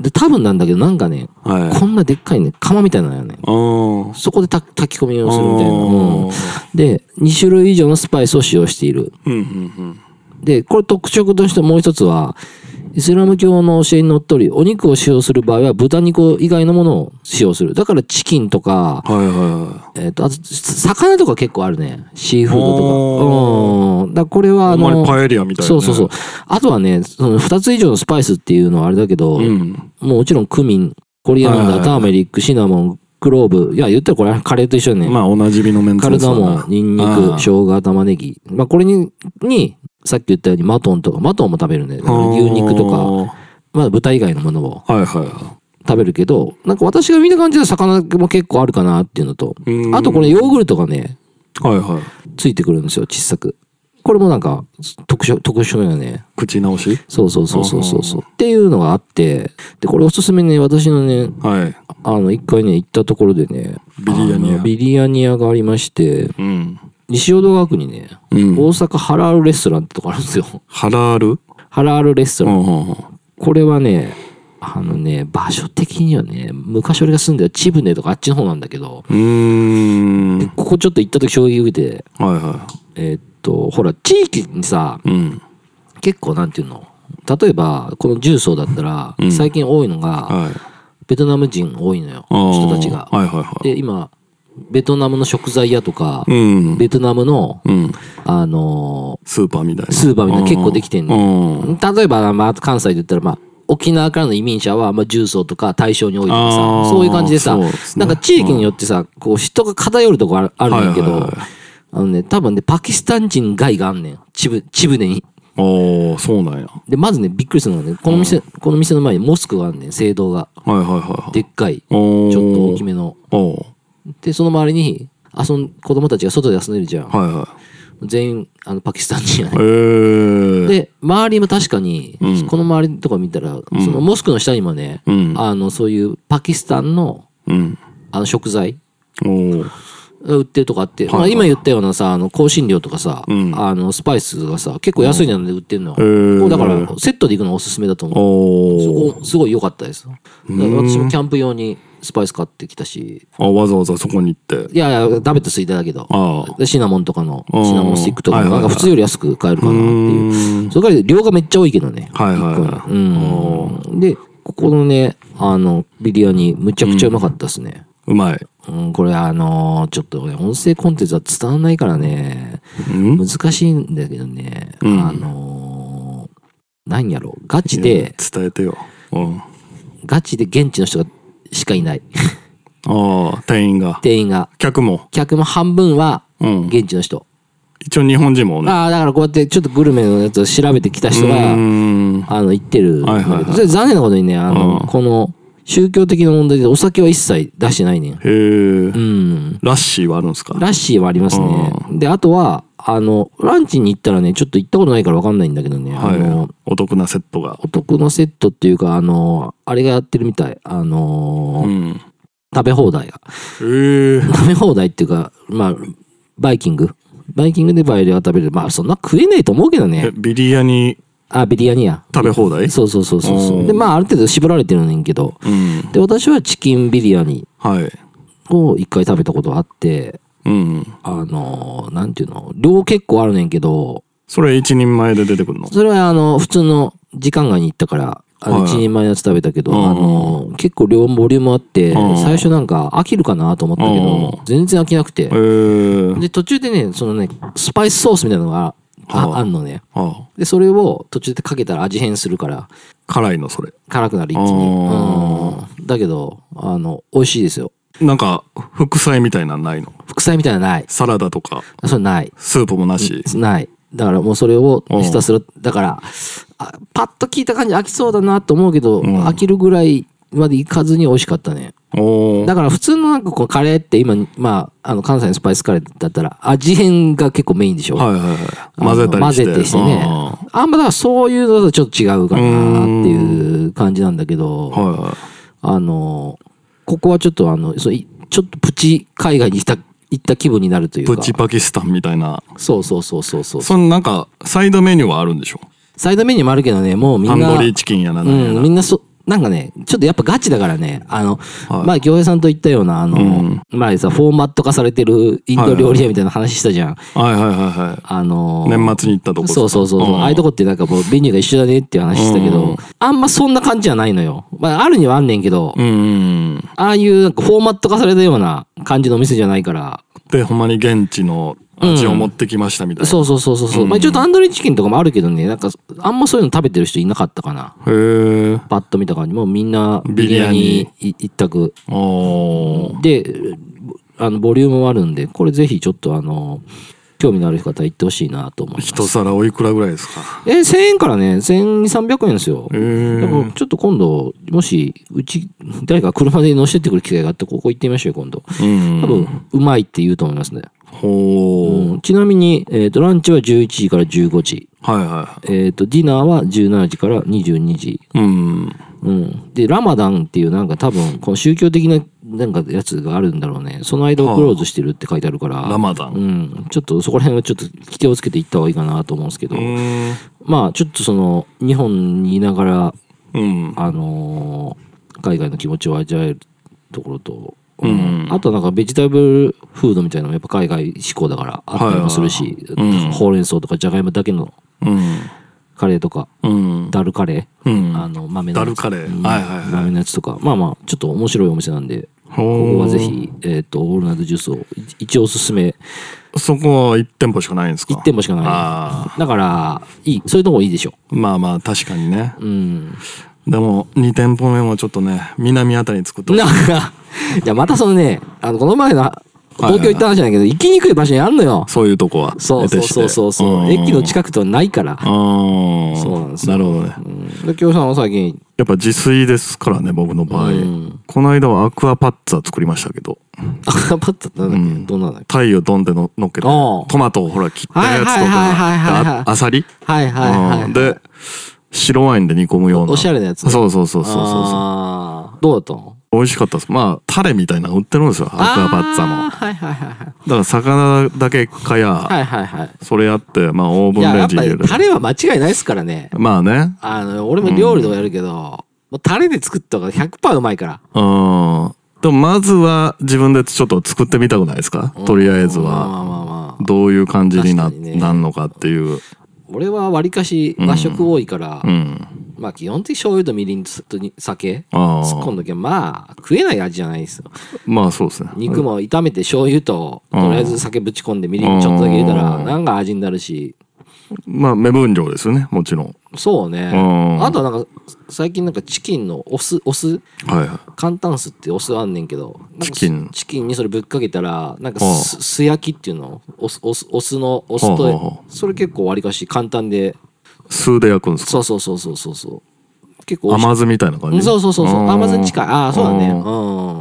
Speaker 1: で、多分なんだけど、なんかね、
Speaker 2: はい。
Speaker 1: こんなでっかいね、釜みたいなのよね。
Speaker 2: うん。
Speaker 1: そこでた炊き込みをするみたいな。うん
Speaker 2: あー
Speaker 1: で、2種類以上のスパイスを使用している。
Speaker 2: うんうん
Speaker 1: で、これ特色としてもう一つは、イスラム教の教えにのっとり、お肉を使用する場合は豚肉以外のものを使用する。だからチキンとか、
Speaker 2: うん。はいは
Speaker 1: えっ、と、あと、魚とか結構あるね。シーフードと
Speaker 2: お。
Speaker 1: か。うん。だからこれはい
Speaker 2: あ
Speaker 1: あ
Speaker 2: んまり
Speaker 1: の、
Speaker 2: パエリアみたいな
Speaker 1: そう
Speaker 2: ね。
Speaker 1: そうそう。あとはね、その2つ以上のスパイスっていうのはあれだけど、
Speaker 2: うん。
Speaker 1: もうもちろんクミン、コリアン
Speaker 2: はいは
Speaker 1: ダ
Speaker 2: いは
Speaker 1: ー、
Speaker 2: い
Speaker 1: ターメリック、シナモン、クローブ。いや、言ったらこれカレーと一緒よね。
Speaker 2: まあ、おなじみのメンツ
Speaker 1: カルダモン、ニンニク、生姜、玉ねぎ。まあ、これに、に、さっき言ったようにマトンとか、マトンも食べるね。だから牛肉とか、
Speaker 2: か。
Speaker 1: まあ、豚以外のものを
Speaker 2: はいは
Speaker 1: 食べるけど、なんか私が見た感じで魚も結構あるかなっていうのと、
Speaker 2: いうん。
Speaker 1: あとこれヨーグルトがね、
Speaker 2: はいはい。
Speaker 1: ついてくるんですよ、小さく。これもなんか、特殊、特殊よね。
Speaker 2: 口直し
Speaker 1: そうそうそうそうそうそう。っていうのがあって、で、これおすすめね、私のね、
Speaker 2: はい。
Speaker 1: あの、一回ね、行ったところでね、
Speaker 2: ビリヤニ
Speaker 1: あ
Speaker 2: ア
Speaker 1: のビリヤニアがありまして、
Speaker 2: うん。
Speaker 1: 西淀川区にね、
Speaker 2: うん。
Speaker 1: 大阪ハラールレストランってとこあるんですよ。
Speaker 2: ハラール
Speaker 1: ハラールレスト
Speaker 2: う
Speaker 1: ラン。
Speaker 2: んうんうん。
Speaker 1: これはね、あのね、場所的にはね、昔俺が住んでた千船とかあっちの方なんだけど、
Speaker 2: うーん。はい
Speaker 1: ここちょっと行った時衝撃受けて、
Speaker 2: は
Speaker 1: えーっと、ほら、地域にさ、
Speaker 2: い。うん。
Speaker 1: 結構なんていうの例えば、この重曹だったら、
Speaker 2: うん
Speaker 1: 最近多いのが、
Speaker 2: はい。
Speaker 1: ベトナム人多いのよ、
Speaker 2: あー
Speaker 1: 人たちが。
Speaker 2: はいはいはい。
Speaker 1: で、今、ベトナムの食材屋とか、
Speaker 2: うん。
Speaker 1: ベトナムの、
Speaker 2: うん。
Speaker 1: あの
Speaker 2: スーパーみたいな。
Speaker 1: ースーパーみたいな結構できてんの。
Speaker 2: うん。
Speaker 1: 例えば、まあ、関西で言ったら、まあ、沖縄からの移民者は、まあ、重曹とか大正に多いとか
Speaker 2: あ
Speaker 1: さ、
Speaker 2: ー
Speaker 1: そういう感じでさ、
Speaker 2: そうですね
Speaker 1: なんか地域によってさ、こう、人が偏るとこあるあるんだけど、
Speaker 2: はいはいはい
Speaker 1: あのね、多分ね、パキスタン人害があんねん。チブ、チブネに。
Speaker 2: ああ、そうなんや。
Speaker 1: で、まずね、びっくりするのがね、この店、この店の前にモスクがあんねん、聖堂が。
Speaker 2: はいはいはいはい。
Speaker 1: でっかい、ち
Speaker 2: お
Speaker 1: ょ
Speaker 2: ー
Speaker 1: っと大きめの。
Speaker 2: おー
Speaker 1: で、その周りに、遊ん、子供たちが外で遊んでるじゃん。
Speaker 2: はいは
Speaker 1: 全員、あの、パキスタン人やね
Speaker 2: い。。ええ。、
Speaker 1: で、周りも確かに、
Speaker 2: うん
Speaker 1: この周りとか見たら、そのモスクの下にもね、
Speaker 2: うん。
Speaker 1: あの、そういうパキスタンの
Speaker 2: うん。
Speaker 1: あの食材
Speaker 2: おー
Speaker 1: 売ってるとかあって、
Speaker 2: いはい
Speaker 1: まあ、今言ったようなさ、あの香辛料とかさ、
Speaker 2: うん
Speaker 1: あのスパイスがさ、結構安いので売ってるのよ。
Speaker 2: へー
Speaker 1: こうだから、セットで行くのがおすすめだと思う。そ
Speaker 2: おー
Speaker 1: こ、すごい良かったです。だから私もキャンプ用にスパイス買ってきたし、
Speaker 2: あ、わざわざそこに行って。
Speaker 1: いやいや、食べてすいただけど、
Speaker 2: ああ。
Speaker 1: でシナモンとかの、
Speaker 2: うん
Speaker 1: シナモンスティックとか
Speaker 2: はい
Speaker 1: も、
Speaker 2: は
Speaker 1: ないん
Speaker 2: は
Speaker 1: か
Speaker 2: い
Speaker 1: 普通より安く買えるかなって
Speaker 2: う
Speaker 1: いう。
Speaker 2: ーん。
Speaker 1: それから量がめっちゃ多いけどね。
Speaker 2: はいはいはい。
Speaker 1: うん。で、ここのね、あの、ビリヤニ、むちゃくちゃうまかったですね。
Speaker 2: うまい。
Speaker 1: うん、これあのーちょっとね、音声コンテンツは伝わんないからね、
Speaker 2: うん
Speaker 1: 難しいんだけどね、
Speaker 2: うん
Speaker 1: あのーなんやろ、ガチで、
Speaker 2: 伝えてよ。うん。あ
Speaker 1: ガチで現地の人がしかい ない。
Speaker 2: あ、店員が。
Speaker 1: 店員が。
Speaker 2: 客も。
Speaker 1: 客も半分は
Speaker 2: うん。
Speaker 1: 現地の人。
Speaker 2: 一応日本人もね。
Speaker 1: ああ、だからこうやってちょっとグルメのやつを調べてきた
Speaker 2: う
Speaker 1: 人が、
Speaker 2: ーん。
Speaker 1: あの、言ってるんだけど、
Speaker 2: はいはいはい
Speaker 1: それ残念なことにね、あの、
Speaker 2: うん
Speaker 1: この、宗教的な問題でお酒は一切出してないねん。
Speaker 2: へえ
Speaker 1: う。ん。
Speaker 2: ラッシーはあるんですか
Speaker 1: ラッシーはありますね。で、あとは、あの、ランチに行ったらね、ちょっと行ったことないから分かんないんだけどね、あ
Speaker 2: は
Speaker 1: の
Speaker 2: い、。お得なセットが。
Speaker 1: お得のセットっていうか、あの、あれがやってるみたい。あのー、
Speaker 2: うん。
Speaker 1: 食べ放題が。
Speaker 2: ええ。
Speaker 1: 食べ放題っていうか、まあ、バイキング。バイキングでバイレは食べる。まあ、そんな食えねえと思うけど
Speaker 2: え
Speaker 1: ね。
Speaker 2: ビリヤニ
Speaker 1: あ、ビリヤニア。
Speaker 2: 食べ放題
Speaker 1: そうそうそうそうそうう。
Speaker 2: ん
Speaker 1: で、まあ、ある程度絞られてるねんけど。
Speaker 2: うん。
Speaker 1: で、私はチキンビリヤニ
Speaker 2: はい。
Speaker 1: を一回食べたことがあって、
Speaker 2: うん。
Speaker 1: あのー、なんていうの、量結構あるねんけど、
Speaker 2: それ一人前で出てくるの
Speaker 1: それはあの、普通の時間外に行ったから、あ
Speaker 2: は
Speaker 1: の、
Speaker 2: い
Speaker 1: 一人前のやつ食べたけど、
Speaker 2: うん
Speaker 1: あのー、結構量、ボリュームあって、
Speaker 2: うん
Speaker 1: 最初なんか飽きるかなと思ったけど
Speaker 2: う、
Speaker 1: 全然飽きなくて。
Speaker 2: ええ。
Speaker 1: で、途中でね、そのね、スパイスソースみたいなのが、あ
Speaker 2: はあ
Speaker 1: あんのね。
Speaker 2: ああ。
Speaker 1: で、それを途中でかけたら味変するから、
Speaker 2: 辛いの、それ。
Speaker 1: 辛くなる一気
Speaker 2: あ
Speaker 1: に。うんだけど、あの、美味しいですよ。
Speaker 2: なんか、副菜みたいなんないの
Speaker 1: 副菜みたいなのない。
Speaker 2: サラダとか、
Speaker 1: それない。
Speaker 2: スープもなし。
Speaker 1: ない。だからもうそれを
Speaker 2: うん
Speaker 1: ひたすら、だから、あパッと聞いた感じ飽きそうだなと思うけど、
Speaker 2: ん
Speaker 1: 飽きるぐらいまでいかずに美味しかったね。
Speaker 2: おお。
Speaker 1: だから普通のなんかこうカレーって今、まあ、あの関西のスパイスカレーだったら味変が結構メインでしょ。
Speaker 2: はいはいはい。混ぜたりして。
Speaker 1: 混ぜてしてね。
Speaker 2: あ
Speaker 1: あんまだからそういうのとちょっと違うかなっていう感じなんだけど、
Speaker 2: あはいはい。
Speaker 1: あの、ここはちょっとあの、そういちょっとプチ海外に行った、行った気分になるというか。
Speaker 2: プチパキスタンみたいな。
Speaker 1: そうそうそうそうそう。
Speaker 2: そのなんか、サイドメニューはあるんでしょ
Speaker 1: サイドメニューもあるけどね、もうみ
Speaker 2: タ
Speaker 1: ん
Speaker 2: ン
Speaker 1: な、
Speaker 2: ドリーチキンやな。なんや
Speaker 1: う、
Speaker 2: なん
Speaker 1: みんなそ、なんかね、ちょっとやっぱガチだからね、あの、
Speaker 2: はい
Speaker 1: まあ、行平さんと言ったような、あの、
Speaker 2: うん
Speaker 1: 前さ、フォーマット化されてるインド料理屋みたいな話したじゃん。
Speaker 2: はいはいは
Speaker 1: あの
Speaker 2: いはい。年末に行ったとこ
Speaker 1: そうそうそうそう、
Speaker 2: ん
Speaker 1: ああいうとこってなんかもうメニューが一緒だねっていう話したけど、
Speaker 2: うん
Speaker 1: あんまそんな感じじゃないのよ。まあ、あるにはあんねんけど、
Speaker 2: うんうんうん。
Speaker 1: ああいうなんかフォーマット化されたような感じのお店じゃないから、
Speaker 2: で、ほんまに現地の味を持ってきましたみたいな。
Speaker 1: そうそうそうそうそう、
Speaker 2: うん
Speaker 1: まあ、ちょっとアンドレチキンとかもあるけどね、なんか、あんまそういうの食べてる人いなかったかな。
Speaker 2: へえ。
Speaker 1: パッと見た感じ、もうみんなビ
Speaker 2: ビ
Speaker 1: リ
Speaker 2: リ
Speaker 1: ヤ
Speaker 2: ヤ
Speaker 1: ニ
Speaker 2: ニ
Speaker 1: 一択。
Speaker 2: おー。
Speaker 1: で、あの、ボリュームもあるんで、これぜひちょっとあの、興味のある方行ってほしいなと思います。
Speaker 2: 一皿おいくらぐらいですか
Speaker 1: え、1000円からね、1200、300円ですよ。
Speaker 2: へ
Speaker 1: だから
Speaker 2: え。
Speaker 1: ちょっと今度、もし、うち、誰か車で乗せてくる機会があって、ここ行ってみましょうよ、今度。
Speaker 2: うん。
Speaker 1: 多分、うまいって言うと思いますね。
Speaker 2: ほー。
Speaker 1: うんちなみに、えっ、と、ランチは11時から15時。
Speaker 2: はいは
Speaker 1: えっ、と、ディナーは17時から22時。
Speaker 2: い。うん。
Speaker 1: うん。で、ラマダンっていうなんか多分、この宗教的ななんかやつがあるんだろうね。その間をクローズしてるって書いてあるから。
Speaker 2: ラマダ
Speaker 1: う
Speaker 2: ン。
Speaker 1: ん。ちょっとそこら辺はちょっと規定をつけていった方がいいかなと思うんですけど。
Speaker 2: うん。
Speaker 1: まあ、ちょっとその、日本にいながら、
Speaker 2: うん。
Speaker 1: あのー海外の気持ちを味わえるところと、
Speaker 2: うん
Speaker 1: あとなんかベジタブルフードみたいなのもやっぱ海外志向だからあったりもするし、
Speaker 2: はいはいうん
Speaker 1: ほうれん草とかじゃがいもだけの
Speaker 2: うん。
Speaker 1: カレーとか、
Speaker 2: うん。
Speaker 1: ダルカレ
Speaker 2: う
Speaker 1: ー、あ
Speaker 2: ん。
Speaker 1: の豆の
Speaker 2: ダ
Speaker 1: や
Speaker 2: ル
Speaker 1: つ、
Speaker 2: カレー。
Speaker 1: うん
Speaker 2: はいはいはい。
Speaker 1: 豆のやつとか、まあまあ、ちょっと面白いお店なんで、こ
Speaker 2: こ
Speaker 1: こはぜ。ひ、えっ、と、オールナイトジュースを一一応おすすめ、
Speaker 2: そこは1店舗しかないんですか
Speaker 1: 1店舗しかな
Speaker 2: あ
Speaker 1: い。だから、いい、そういうとこいいでしょ。
Speaker 2: あ。まあまあ、確かにね。
Speaker 1: うん。
Speaker 2: でも、2店舗目もちょっとね、南あたりに作ってほしい
Speaker 1: なんか、じゃあまたそのね、あの、この前の東京行った話じゃないけど、行きにくい場所にあんのよ。
Speaker 2: そういうとこは。
Speaker 1: そうそうそうそうそう。駅の近くとはないから。
Speaker 2: く。うん。
Speaker 1: そうなんですよ
Speaker 2: なるほどね。
Speaker 1: で、京さんは最近、
Speaker 2: やっぱ自炊ですからね、僕の場合。
Speaker 1: うん
Speaker 2: この間はアクアパッツァ作りましたけど、
Speaker 1: アパッツァってなんだっけどんなのだっけ
Speaker 2: タイをドンでの乗っけて、
Speaker 1: おう
Speaker 2: トマトをほら切ったやつとか、
Speaker 1: はいはいはいはいはいはい
Speaker 2: ああさり、
Speaker 1: はいはいはいは
Speaker 2: う
Speaker 1: い。
Speaker 2: んで、白ワインで煮込むような。
Speaker 1: おしゃれなやつね
Speaker 2: そうそうそうそうそうそう。
Speaker 1: あーどうだったの
Speaker 2: 美味しかったです。まあ、タレみたいなの売ってるんですよ、アクアパッツァも。
Speaker 1: あー
Speaker 2: だか
Speaker 1: はいはいはいはい。
Speaker 2: ら魚だけかや、
Speaker 1: はいはいはい。
Speaker 2: それあって、まあオーブ
Speaker 1: い
Speaker 2: ン
Speaker 1: や、
Speaker 2: レ
Speaker 1: や
Speaker 2: ン
Speaker 1: っ
Speaker 2: ジ
Speaker 1: ぱ
Speaker 2: に入れ
Speaker 1: り
Speaker 2: る。
Speaker 1: タレは間違いないですからね。
Speaker 2: まあね。
Speaker 1: あの、俺も料理とかやるけど、もうタレで作った方が100%うまいから。
Speaker 2: うん。でもまずは自分でちょっと作ってみたくないですかとりあえず
Speaker 1: まあまあ
Speaker 2: は。
Speaker 1: まあまあ。
Speaker 2: どういう感じにな、
Speaker 1: 確かにね
Speaker 2: なんのかっていう。
Speaker 1: 俺はわりかし和食多いから、
Speaker 2: うん。
Speaker 1: まあ基本的に醤油とみりんとに酒
Speaker 2: あ
Speaker 1: 突っ込
Speaker 2: あ。
Speaker 1: んどきゃまあ食えない味じゃないですよ。
Speaker 2: まあそうですね。
Speaker 1: 肉も炒めて醤油と
Speaker 2: うん
Speaker 1: とりあえず酒ぶち込んでみりんちょっとだけ入れたら
Speaker 2: うん
Speaker 1: なんか味になるし
Speaker 2: まあ目分量ですよね、もちろん。
Speaker 1: そうね
Speaker 2: うん
Speaker 1: あとはなんか最近なんかチキンのお酢お酢
Speaker 2: はいはい。
Speaker 1: 簡単酢ってお酢あんねんけどなんか
Speaker 2: チキン
Speaker 1: チキンにそれぶっかけたらなんか
Speaker 2: うん
Speaker 1: す酢焼きっていうのお酢お酢お酢のお酢
Speaker 2: ほうほう
Speaker 1: と
Speaker 2: ほ
Speaker 1: それ結構わりかし簡単で
Speaker 2: 酢で焼くんですか
Speaker 1: そうそうそうそうそうそう結構美味しい
Speaker 2: 甘酢みたいな感
Speaker 1: うん
Speaker 2: じ
Speaker 1: そうそうそうそう。
Speaker 2: ん
Speaker 1: アマゾン近い。ああ、そうだね。うん。